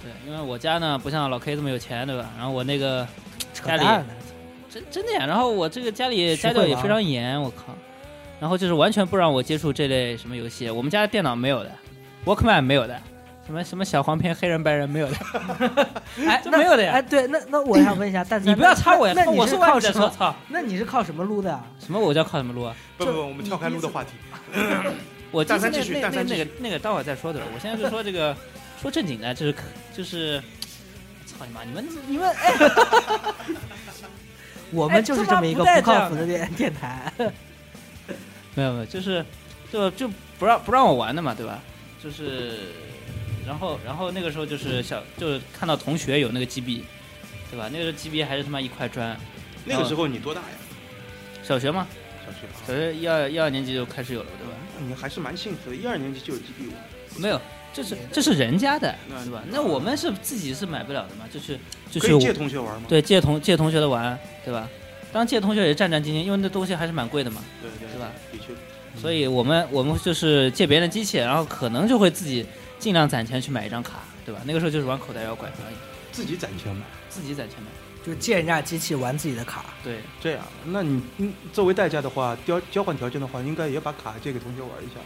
对，因为我家呢不像老 K 这么有钱，对吧？然后我那个扯家里 淡呢。真真的呀，然后我这个家里徐家教慧也王非常严，我靠，然后就是完全不让我接触这类什么游戏，我们家的电脑没有的，Walkman 没有的，什么什么小黄片黑人白人没有 的，哎，这那没有的呀哎，对，那那我想问一下， 蛋三，你不要插我呀那，那我你说是完靠你再什说，么？操，那你是靠什么撸的啊？什么我叫靠什么撸啊？不不不，我们跳开撸的话题。我蛋三就是继那续蛋那三继那那续个那个待会儿再说对吧？我现在就说这个说正经的，就是可就是，操你妈，你们你们哎，我们就是这么一个哎不这妈靠不带谱的电 电台。没有没有，就是就就不让不让我玩的嘛，对吧？就是然后然后那个时候就是小就是看到同学有那个 GB，对吧？那个时候 GB 还是他妈一块砖，那个时候你多大呀？小学吗？小学啊小学一二一二年级就开始有了，对吧？你还是蛮幸福的，一二年级就有 GB 五。没有，这是这是人家的，那对吧？那我们是自己是买不了的嘛，就是就可是以我借同学玩吗？对嗯借同借同学的玩，对吧？当借同学也战战兢兢，因为那东西还是蛮贵的嘛，对对是吧？的确，所以我们我们就是借别人的机器，然后可能就会自己尽量攒钱去买一张卡，对吧？那个时候就是玩口袋妖怪而已，自己攒钱买。自己攒钱买。就借人家机器玩自己的卡，对，这样，那你嗯，作为代价的话，交交换条件的话，应该也把卡借给同学玩一下。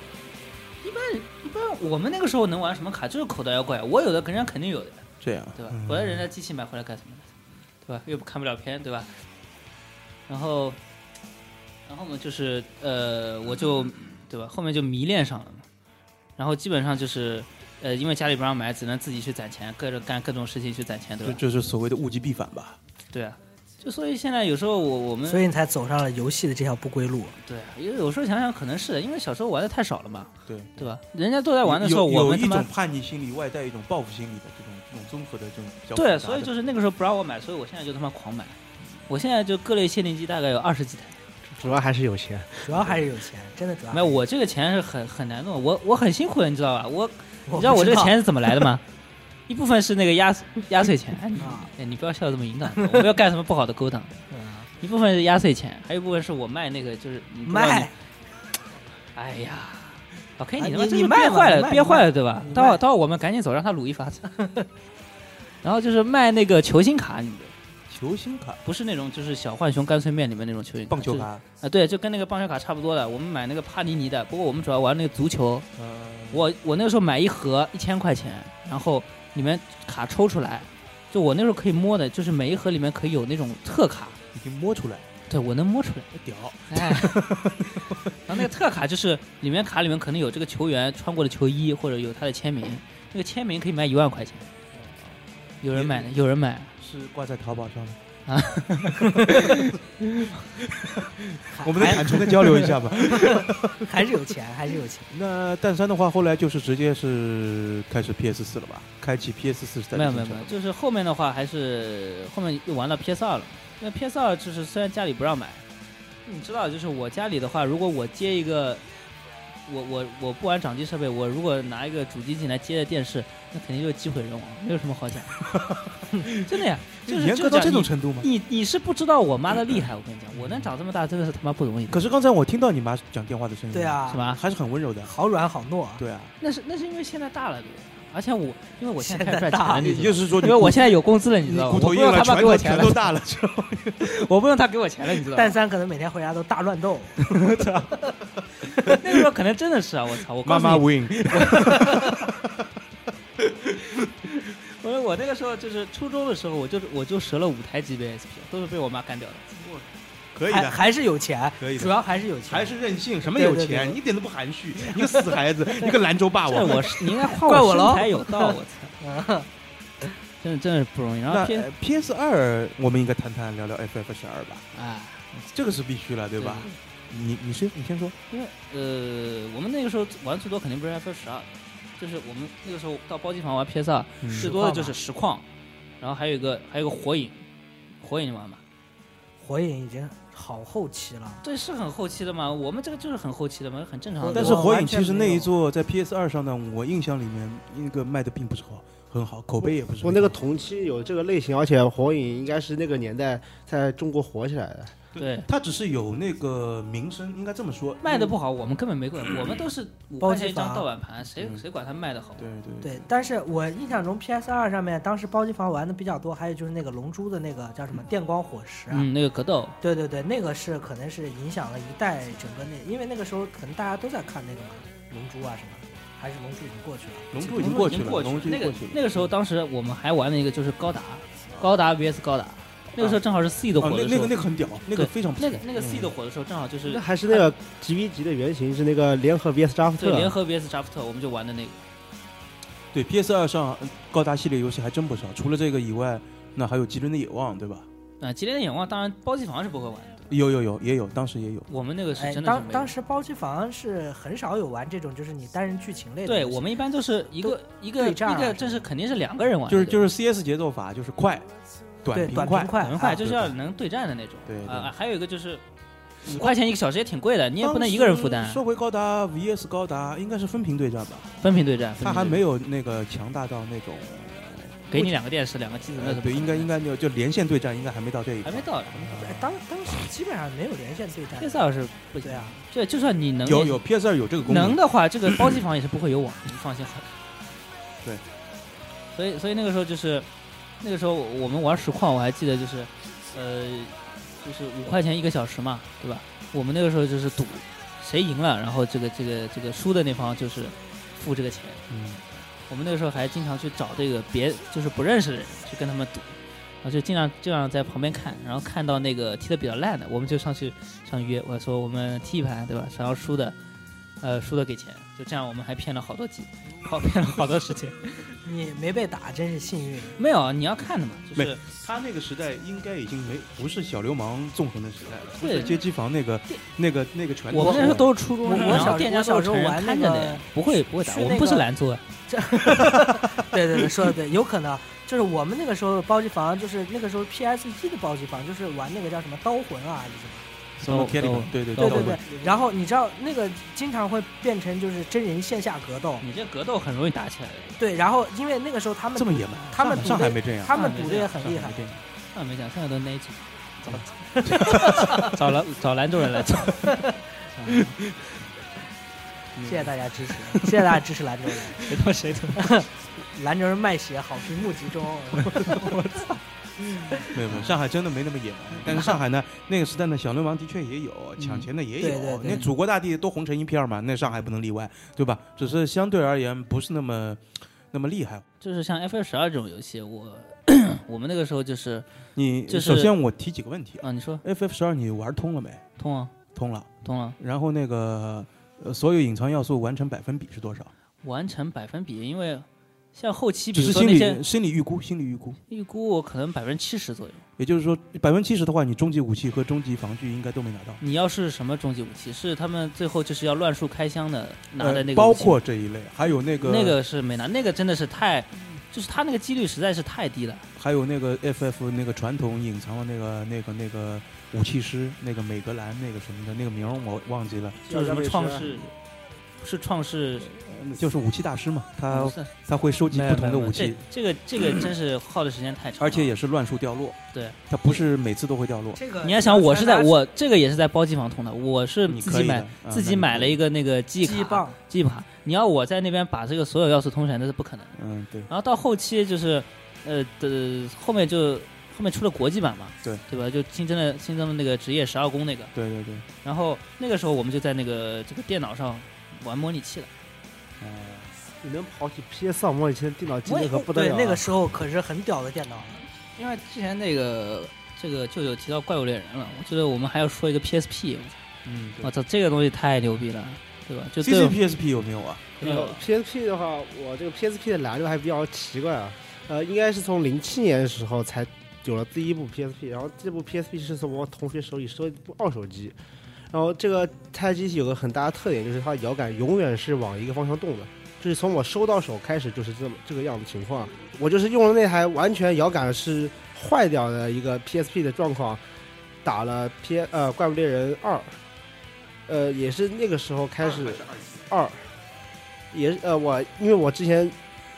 一般一般我们那个时候能玩什么卡？就是口袋妖怪，我有的人家肯定有的，这样，对吧？我在人家机器买回来干什么呢？对吧？又不看不了片，对吧？然后，然后嘛，就是呃，我就对吧？后面就迷恋上了嘛。然后基本上就是呃，因为家里不让买，只能自己去攒钱，各种干各种事情去攒钱，对就吧？就是所谓的物极必反吧。对啊，就所以现在有时候我我们所以你才走上了游戏的这条不归路。对啊，因为有时候想想可能是的，因为小时候玩的太少了嘛，对，对吧？人家都在玩的时候，有我有们一他妈种叛逆心理，外带一种报复心理的这种这种综合的这种比较复杂对，的。所以就是那个时候不让我买，所以我现在就他妈狂买。我现在就各类限定机大概有二十几台，主要还是有钱。主要还是有钱，真的主要还没是有，我这个钱是很很难弄，我我很辛苦的，你知道吧？ 我我你知道不我这个钱是怎么来的吗？一部分是那个压压岁钱，哎你啊哎你不要笑得这么淫荡，我没有干什么不好的勾当。嗯一部分是压岁钱，还有一部分是我卖那个就是你不知道你 卖，哎呀，老 K，你啊他你妈真你是卖憋吧坏你了，卖憋你坏卖了，对吧？你待会卖待会我们赶紧走，让他撸一发子。然后就是卖那个球星卡，你球星卡、不是那种就是小浣熊干脆面里面那种球星卡棒球就是卡，啊，对，就跟那个棒球卡差不多的。我们买那个帕尼尼的，不过我们主要玩那个足球。呃，我我那个时候买一盒一千块钱，然后里面卡抽出来，就我那时候可以摸的，就是每一盒里面可以有那种特卡，已经摸出来，对我能摸出来。屌，哎， 然后那个特卡就是里面卡里面可能有这个球员穿过的球衣，或者有他的签名，那个签名可以卖一万块钱。有人买的，有人买，是挂在淘宝上的。啊，我哎们能坦诚的交流一下吧。 还是有钱，还是有钱。那蛋三的话，后来就是直接是开始 PS 四了吧？开启 PS 四在没有没有没有，就是后面的话还是后面又玩到 PS 二了。那 PS 二就是虽然家里不让买，你知道，就是我家里的话，如果我接一个，我我我不玩掌机设备，我如果拿一个主机进来接的电视，那肯定就是机毁人亡，没有什么好讲。 真的呀，就是严就格到讲这种你程度吗？你你是不知道我妈的厉害，我跟你讲，我能长这么大真的是他妈不容易的，可是刚才我听到你妈讲电话的声音，对，啊，是？吧？还是很温柔啊的。好软好糯，对啊，那是那是因为现在大了，对吧而且我因为我现在开始赚现在钱了，大你也知道就吗是说啊你因为骨我现在有工资了，你知你道吗？骨头我不硬用了，他妈拳给我头钱拳了 头，大了之后，我不用他给我钱了，你知道蛋吗？三可能每天回家都大乱斗， 那个时候可能真的是啊，我操！我告妈诉妈你 win，我我那个时候就是初中的时候，我就我就折了五台级别 SP，都是被我妈干掉的。可以还的，还是有钱，可以的主要还是有钱，还是任性，什么对有对对钱，对你一点都不 含蓄，你个死孩子，你个兰州霸这王。我是你应 该夸怪我身喽材有道，我操！ 真的真的是不容易。然那后呃 P PS 二，我们应该谈谈聊聊 FF 十二吧，啊，这个是必须了，对吧？你你先你先说，因为呃，我们那个时候玩最多肯定不是 F 十二，就是我们那个时候到包机房玩 PS 二，嗯最多的就是实况，然后还有一个还有一个火影，火影你玩吗？火影已经好后期了，对，是很后期的嘛，我们这个就是很后期的嘛，很正常的。但是我火完影全其实没那一有座在 PS 二上呢，我印象里面那个卖的并不是好，很好，口碑也不是很好。我那个同期有这个类型，而且火影应该是那个年代在中国火起来的。对，它只是有那个名声，应该这么说，卖的不好，我们根本没管，我们都是五包块机钱一张房盗版盘，谁嗯谁管它卖的好？对对对，但是我印象中 PS 二上面当时包机房玩的比较多，还有就是那个龙珠的那个叫什么电光火石啊，嗯，那个格斗，对对对，那个是可能是影响了一代整个那，因为那个时候可能大家都在看那个嘛龙珠啊什么，还是龙珠已经过去了。龙珠我已们经过已去了，过去龙珠已那经个过去了。那个时候，当时我们还玩了一个就是高达，高达 VS 高达，那个时候正好是 C 的啊火那的时那候个，那个很屌，那个对非常不错嗯那个那个 C 的火的时候，正好就是那还是那个 GV 级的原型是那个联合 VS 扎夫对特，联合 VS 扎夫特，我们就玩的那个。对 PS 二上嗯高达系列游戏还真不少，除了这个以外，那还有《极轮的野望》，对吧？啊，吉连的眼光当然包机房是不会玩的，有有有也有，当时也有。我们那个是哎，真的是当没有当。时包机房是很少有玩这种就是你单人剧情类的东西。对我们一般都是一个一个对一战啊个，这是肯定是两个人玩的，就对是吧就是 CS 节奏法，就是快、短对平短平快。快，很快，啊就是要能对战的那种。对对啊，还有一个就是五块钱一个小时也挺贵的，你也不能一个人负担当时。说回高达 VS 高达，应该是分屏对战吧？分屏对战，它还分屏对战没有那个强大到那种，给你两个电视，两个机子，那呃怎么对，应该应该就就连线对战，应该还没到这一啊还块没。到。哎当当时基本上没有连线对战 p，s 二是不行对，啊，这就算你能有有 PS 二有这个功能能，的话，这个包机房也是不会有网，你放心好了。 对，所以所以那个时候就是，那个时候我们玩实况，我还记得就是，呃，就是五块钱一个小时嘛，对吧？我们那个时候就是赌，谁赢了，然后这个这个这个输的那方就是付这个钱。嗯，我们那个时候还经常去找这个别就是不认识的人去跟他们赌，然后就尽量尽量在旁边看，然后看到那个踢的比较烂的，我们就上去上约，我说我们踢一盘，对吧？想要输的，呃，输的给钱，就这样我们还骗了好多集，好骗了好多时间。你没被打真是幸运。啊没有，啊你要看的嘛，就是他那个时代应该已经没不是小流氓纵横的时代了，不对是街机房那个那个那个拳头。我们那时候都是初中我生，我然小后店家都我小是时候成人玩那看着的个呀，不会不会打，去我们那不是个兰州啊， 对对对，说的对，有可能就是我们那个时候包机房，就是那个时候 PS 一的包机房，就是玩那个叫什么刀魂啊，还是什么？什哦么天理都对对都对对对魂对。然后你知道那个经常会变成就是真人线下格斗，你这格斗很容易打起来的。对。然后因为那个时候他们这么野蛮，他们上赌海的没这样。他啊们赌的也很厉上海害没，这样那没讲，现在都 n a 找找兰找兰州人来找。 谢谢大家支持，谢谢大家支持兰州人。谁他妈谁他妈 兰州人卖血，好评目集中。没有没有，上海真的没那么野蛮。嗯但是上海呢，那个时代呢，小流氓的确也有，抢钱的也对对有。对那祖国大地都红成一片嘛，那上海不能例外，对吧？只是相对而言不是那么那么厉害。就是像 F 十二这种游戏，我我们那个时候就是你就是首先我提几个问题啊啊，你说，FF 十二你玩通了没？通啊通了。通了，然后那个呃，所有隐藏要素完成百分比是多少？完成百分比，因为像后期比如只是说心那些理心理预估，心理预估。预估，我可能百分之七十左右。也就是说，百分之七十的话，你终极武器和终极防具应该都没拿到，你要是什么终极武器，是他们最后就是要乱数开箱的拿的呃那个武器，包括这一类，还有那个那个是没拿，那个真的是太，就是他那个几率实在是太低了。还有那个 FF 那个传统隐藏的那个那个那个武器师，那个美格兰那个什么的，那个名儿我忘记了，就是什么创世，是创世，呃呃就是武器大师嘛，他不是他会收集没有不同没嗯的有没有武器，这这个这 个真是耗的时间太长了，而且也是乱数掉落。对，他不是每次都会掉落，这个你要想，我是在我这个也是在包机房通的，我是你自可己以的买啊自那你可己以买了一个那个记忆卡击棒，记忆卡。你要我在那边把这个所有要素通全，那是不可能的。嗯，对，然后到后期就是，呃的后面就后面出了国际版嘛，对对吧？就新增了新增了那个职业十二宫那个，对对对，然后那个时候我们就在那个这个电脑上玩模拟器了。哎你能跑起 PS 2模拟器的电脑机我也那可不得对了啊。那个时候可是很屌的电脑，另外之前那个这个就有提到怪物猎人了，我觉得我们还要说一个 PSP，嗯我操，这个东西太牛逼了，对吧？就对我 CCPSP 有没有啊？没呃有 PSP 的话，我这个 PSP 的来历还比较奇怪啊，呃，应该是从零七年的时候才有了第一部 PSP，然后这部 PSP 是从我同学手里收的一部二手机，然后这个太机有个很大的特点就是它的摇杆永远是往一个方向动的，就是从我收到手开始就是这么这个样子情况，我就是用了那台完全摇杆是坏掉的一个 PSP 的状况，打了 P 呃怪物猎人二，呃也是那个时候开始二。也是呃，我因为我之前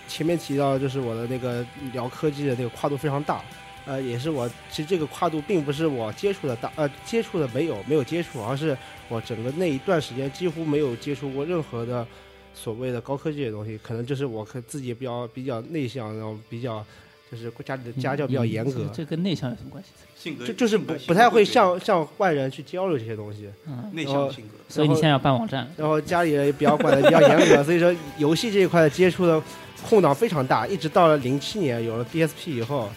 前面提到，就是我的那个聊科技的那个跨度非常大，呃，也是我其实这个跨度并不是我接触的大，呃，接触的没有没有接触，而是我整个那一段时间几乎没有接触过任何的所谓的高科技的东西，可能就是我可自己比较比较内向，然后比较就是家里的家教比较严格嗯这，这跟内向有什么关系？性格就就是不不太会向向外人去交流这些东西。嗯，内向的性格。所以你现在要办网站了，然后家里人也比较管的比较严 格，所以说游戏这一块的接触的空档非常大，一直到了零七年有了 DSP 以后，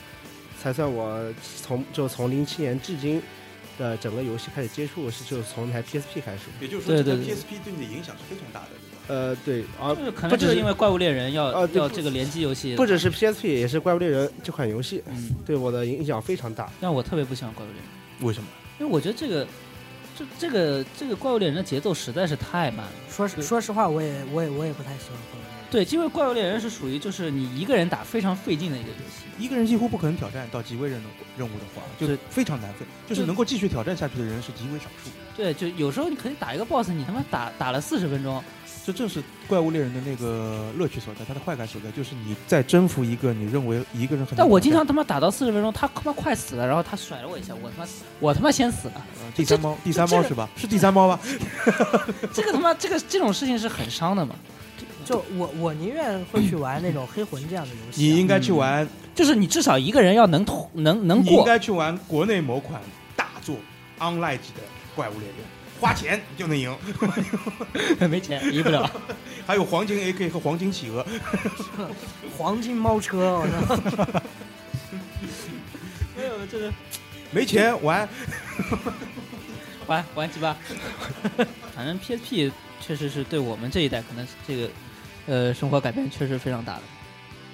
才算我从就从零七年至今的整个游戏开始接触是就从那台 PSP 开始。也就是说对对这台对 PSP 对你的影响是非常大的，对吧？呃，对，而就是可不能就只是是因为怪物猎人要、啊对要不这个联机游戏，不只是 PSP，也是《怪物猎人》这款游戏嗯，对我的影响非常大。但我特别不喜欢怪物猎人，为什么？因为我觉得这个这这个这个怪物猎人的节奏实在是太慢了。说实说实话，我也我也我也不太喜欢怪物猎人。对，因为怪物猎人是属于就是你一个人打非常费劲的一个游戏。一个人几乎不可能挑战到极微任务任务的话，就是非常难分，就是能够继续挑战下去的人是极为少数。对，就有时候你可以打一个 boss，你他妈打打了四十分钟，这正是怪物猎人的那个乐趣所在，它的快感所在，就是你在征服一个你认为一个人很难挑战。但我经常他妈打到四十分钟，他他妈快死了，然后他甩了我一下，我他妈死我他妈先死了，呃第三猫，第三这猫个是吧？是第三猫吧？这个他妈这个这种事情是很伤的嘛。就我我宁愿会去玩那种黑魂这样的游戏啊、你应该去玩，就是你至少一个人要能通能嗯能你应过，该去玩国内某款大作 online 级的怪物猎人，花钱你就能赢。 没钱赢不 了。还有黄金 AK 和黄金企鹅，黄金猫车，我操！没有，就是没钱玩。玩玩鸡巴。反正 PSP 确实是对我们这一代可能是这个呃生活改变确实非常大的，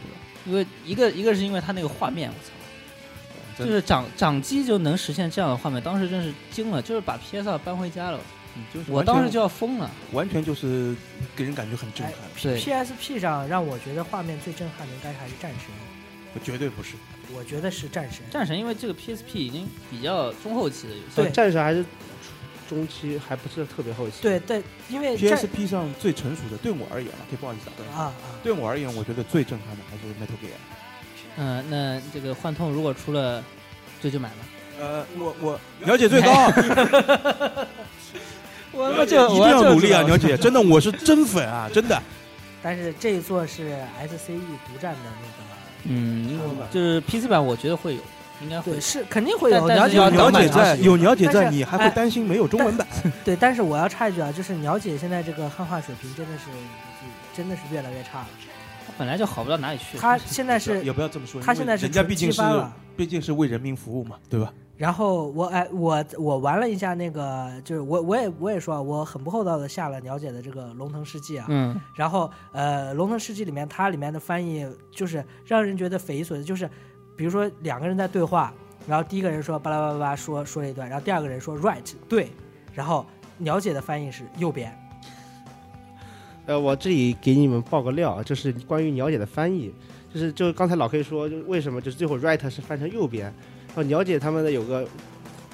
对吧？因为一个一个是因为它那个画面，我操。就嗯真的是掌掌机就能实现这样的画面，当时真是惊了，就是把 PS 二搬回家了，就是我完全当时就哎要疯了。完全就是给人感觉很震撼，对， PSP 上让我觉得画面最震撼的应该还是战神，绝对不是。我觉得是战神。战神因为这个 PSP 已经比较中后期的游戏，对呃战神还是中期，还不是特别后期。对对，因哎为战 PSP 上最成熟的，对我而言啊，可以不好意思打断你。啊啊，对我而言，我觉得最震撼的还是 Metal Gear。嗯、那这个幻痛如果出了，这就买吧。呃，我我了解最高， 我我就一定要努力啊！了解，真的，我是真粉啊， 真的。但是这一座是 SCE 独占的那嗯，就是 PC 版，我觉得会有，应该个，会对，有。是肯定会但有但了是解要我等了们买解在，上去有了解在，但是你还会担心没有中文版。对，但是我要插一句啊，就是鸟姐现在这个汉化水平真的是，真的是越来越差了。它本来就好不到哪里去。她现在是也不要这么说，他因为现在是人家纯毕竟机是翻了毕竟是为人民服务嘛，对吧？然后我哎，我我玩了一下那个，就是我我也我也说啊，我很不厚道的下了鸟姐的这个《龙腾世纪》啊，嗯，然后呃，《龙腾世纪》里面它里面的翻译就是让人觉得匪夷所思，就是比如说两个人在对话，然后第一个人说巴拉巴拉巴拉说说了一段，然后第二个人说 right 对，然后鸟姐的翻译是右边，呃，我这里给你们爆个料，啊就是关于鸟姐的翻译，就是就刚才老 K 说，就是为什么就是最后 right 是翻成右边，然后鸟姐他们的有个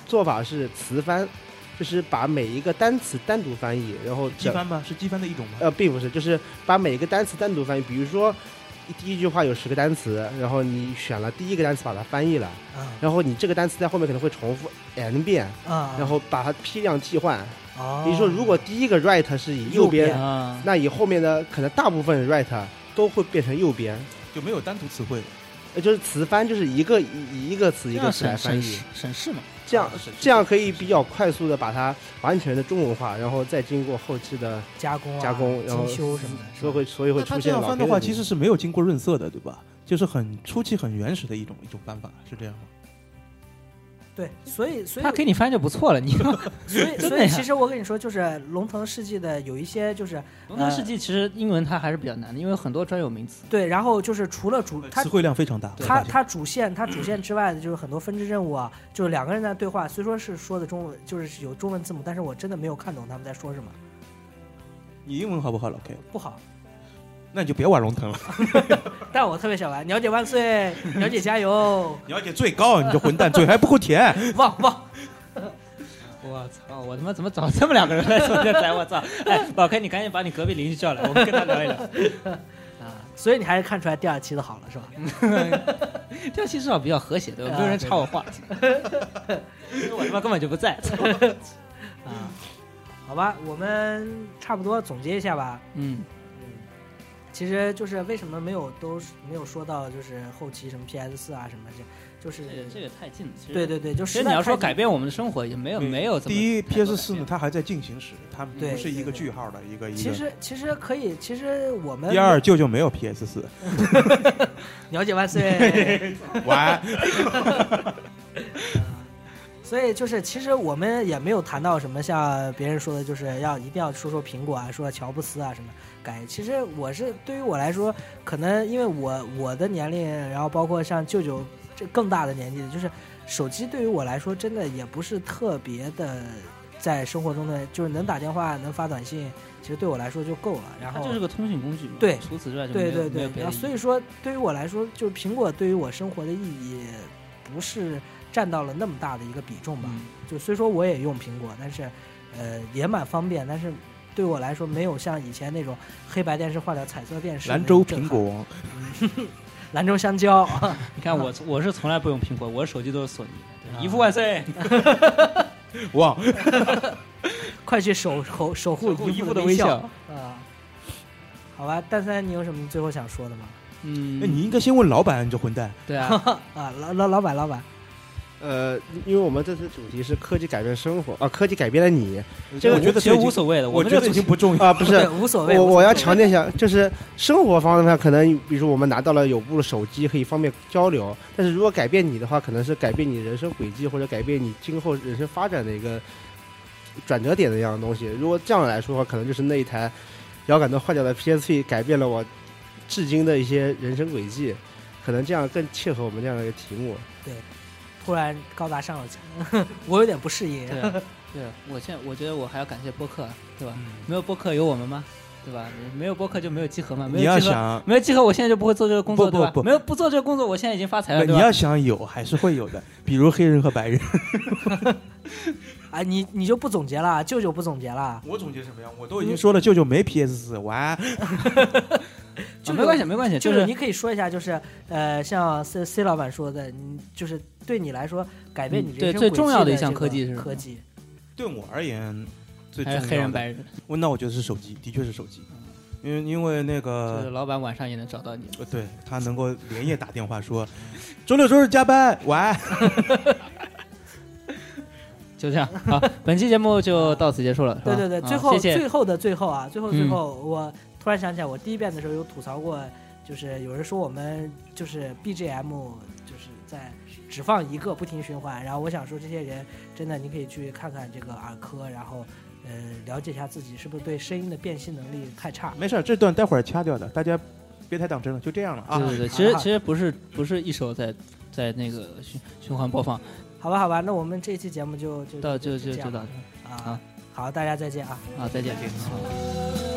做法是词翻，就是把每一个单词单独翻译，然后机整翻吗？是机翻的一种吗？呃并不是，就是把每一个单词单独翻译，比如说。第一句话有十个单词，然后你选了第一个单词把它翻译了，啊然后你这个单词在后面可能会重复 n 遍，啊，然后把它批量替换。哦，比如说，如果第一个 right 是以右边右边啊，那以后面的可能大部分 right 都会变成右边，就没有单独词汇，呃，就是词翻就是一个一一个词一这个样词来省翻省译事，省事嘛。这样省事这样可以比较快速的把它完全的中文化，然后再经过后期的加工、啊、加工然后精修什么的，是所以吧会所以会那他出这现样老翻黑的话，那其种实是没有经过润色的，对吧？就是很初期、很原始的一种一种办法，是这样吗？对，所以所以他给你翻就不错了，你要。所以真所的呀以其实我跟你说，就是《龙腾世纪》的有一些就是龙腾世纪其实英文它还是比较难的，因为很多专有名词。对，然后就是除了主它呃词汇量嗯非常大。我它发现它主线它主线之外的就是很多分支任务啊，就是两个人在对话，虽说是说的中文，就是有中文字幕，但是我真的没有看懂他们在说什么，你英文好不好，老 K？不好。那你就别玩龙 腾了，但我特别想玩，鸟姐万岁，鸟姐加油，你要姐最高，你这混蛋，嘴还不够甜。旺旺！我操！哦我他妈怎么找这么两个人来做电台？我操！哎，老 K，你赶紧把你隔壁邻居叫来，我们跟他聊一聊。所以你还是看出来第二期的好了是吧？嗯这样其实至少比较和谐，对吧？啊没有人插我话，因 为我他妈根本就不在。啊，好吧，我们差不多总结一下吧。嗯，其实就是为什么没有都没有说到就是后期什么 PS 四啊什么这，就这个是这个太近了。其实对对对，就其是实你要说改变我们的生活，也没有没有怎么。第一，PS 四呢，它还在进行时，它对不是一个句号的一个一其个。实其实可以，其实我们第二，舅舅没有 PS 四，鸟姐万岁。 玩所以就是，其实我们也没有谈到什么像别人说的，就是要一定要说说苹果啊，说乔布斯啊什么改。其实我是对于我来说，可能因为我我的年龄，然后包括像舅舅这更大的年纪的，就是手机对于我来说真的也不是特别的在生活中的就是能打电话、能发短信，其实对我来说就够了。然它后啊就是个通讯工具嘛。对除此之外就没有对对没对有，别的然后意义。所以说对于我来说，就是苹果对于我生活的意义不是占到了那么大的一个比重吧。嗯就虽说我也用苹果，但是呃也蛮方便，但是对我来说没有像以前那种黑白电视换成彩色电视。兰州苹果，王，兰州香蕉， 你看我我是从来不用苹果，我手机都是索尼。啊对姨父万 岁！ 哇，快去守守守护守护姨姨父父的的微笑笑啊、好吧，蛋三，你有什么最后想说的吗？嗯，哎那你应该先问老板，你这混蛋。对啊，啊，老老老板，老板，呃，因为我们这次主题是科技改变生活啊，科技改变了你这个我觉 得其实无所谓的，我们觉这得已经个不重要。啊，不是 对，无所谓。我无所我要谓强调一下，就是生活方面，可能比如说我们拿到了有部手机，可以方便交流。但是如果改变你的话，可能是改变你人生轨迹，或者改变你今后人生发展的一个转折点的一样的东西。如果这样来说的话，可能就是那一台遥感都坏掉的 PSP 改变了我至今的一些人生轨迹，可能这样更切合我们这样的一个题目。突然高大上了起来， 我有点不适应。对 啊对啊，我现在我觉得我还要感谢播客啊，对吧？嗯没有播客有我们吗？对吧？没有播客就没有集合啊嘛，没你有要集合想，没有集合，我现在就不会做这个工作，不不对吧不没有不做这个工作，我现在已经发财了，不哎对你吧？要想有还是会有的，比如黑人和白人。啊，你你就不总结了，舅舅不总结了，我总结什么呀？我都已经说了，舅舅没 PS 四，玩就啊是没关系，没关系，舅就舅是你可以说一下，就是呃，像 C C 老板说的，你就是对你来说改变你人嗯对生最轨重迹要的的一项这科个技是什科么技，对我而言最重还要是的哎黑人白人，我那我觉得是手机，的确是手机，因为因为那就个是老板晚上也能找到你。呃，对他能够连夜打电话说，周六周日加班，晚安。就这样， 好，本期节目就到此结束了。是吧对对对，啊最后、谢谢最后的最后啊，最后最嗯后，我突然想起来，我第一遍的时候有吐槽过，就是有人说我们就是 BGM 就是在只放一个不停循环，然后我想说这些人真的你可以去看看这个耳科，然后呃了解一下自己是不是对声音的辨析能力太差。没事儿，这段待会儿掐掉的，大家别太当真了，就这样了啊。对对对，其实其实不是不是一首在在那个循循环播放，好吧好吧，那我们这期节目就就到就就这就样到吧这啊，好，大家再见啊。儿啊，再见。好 Thank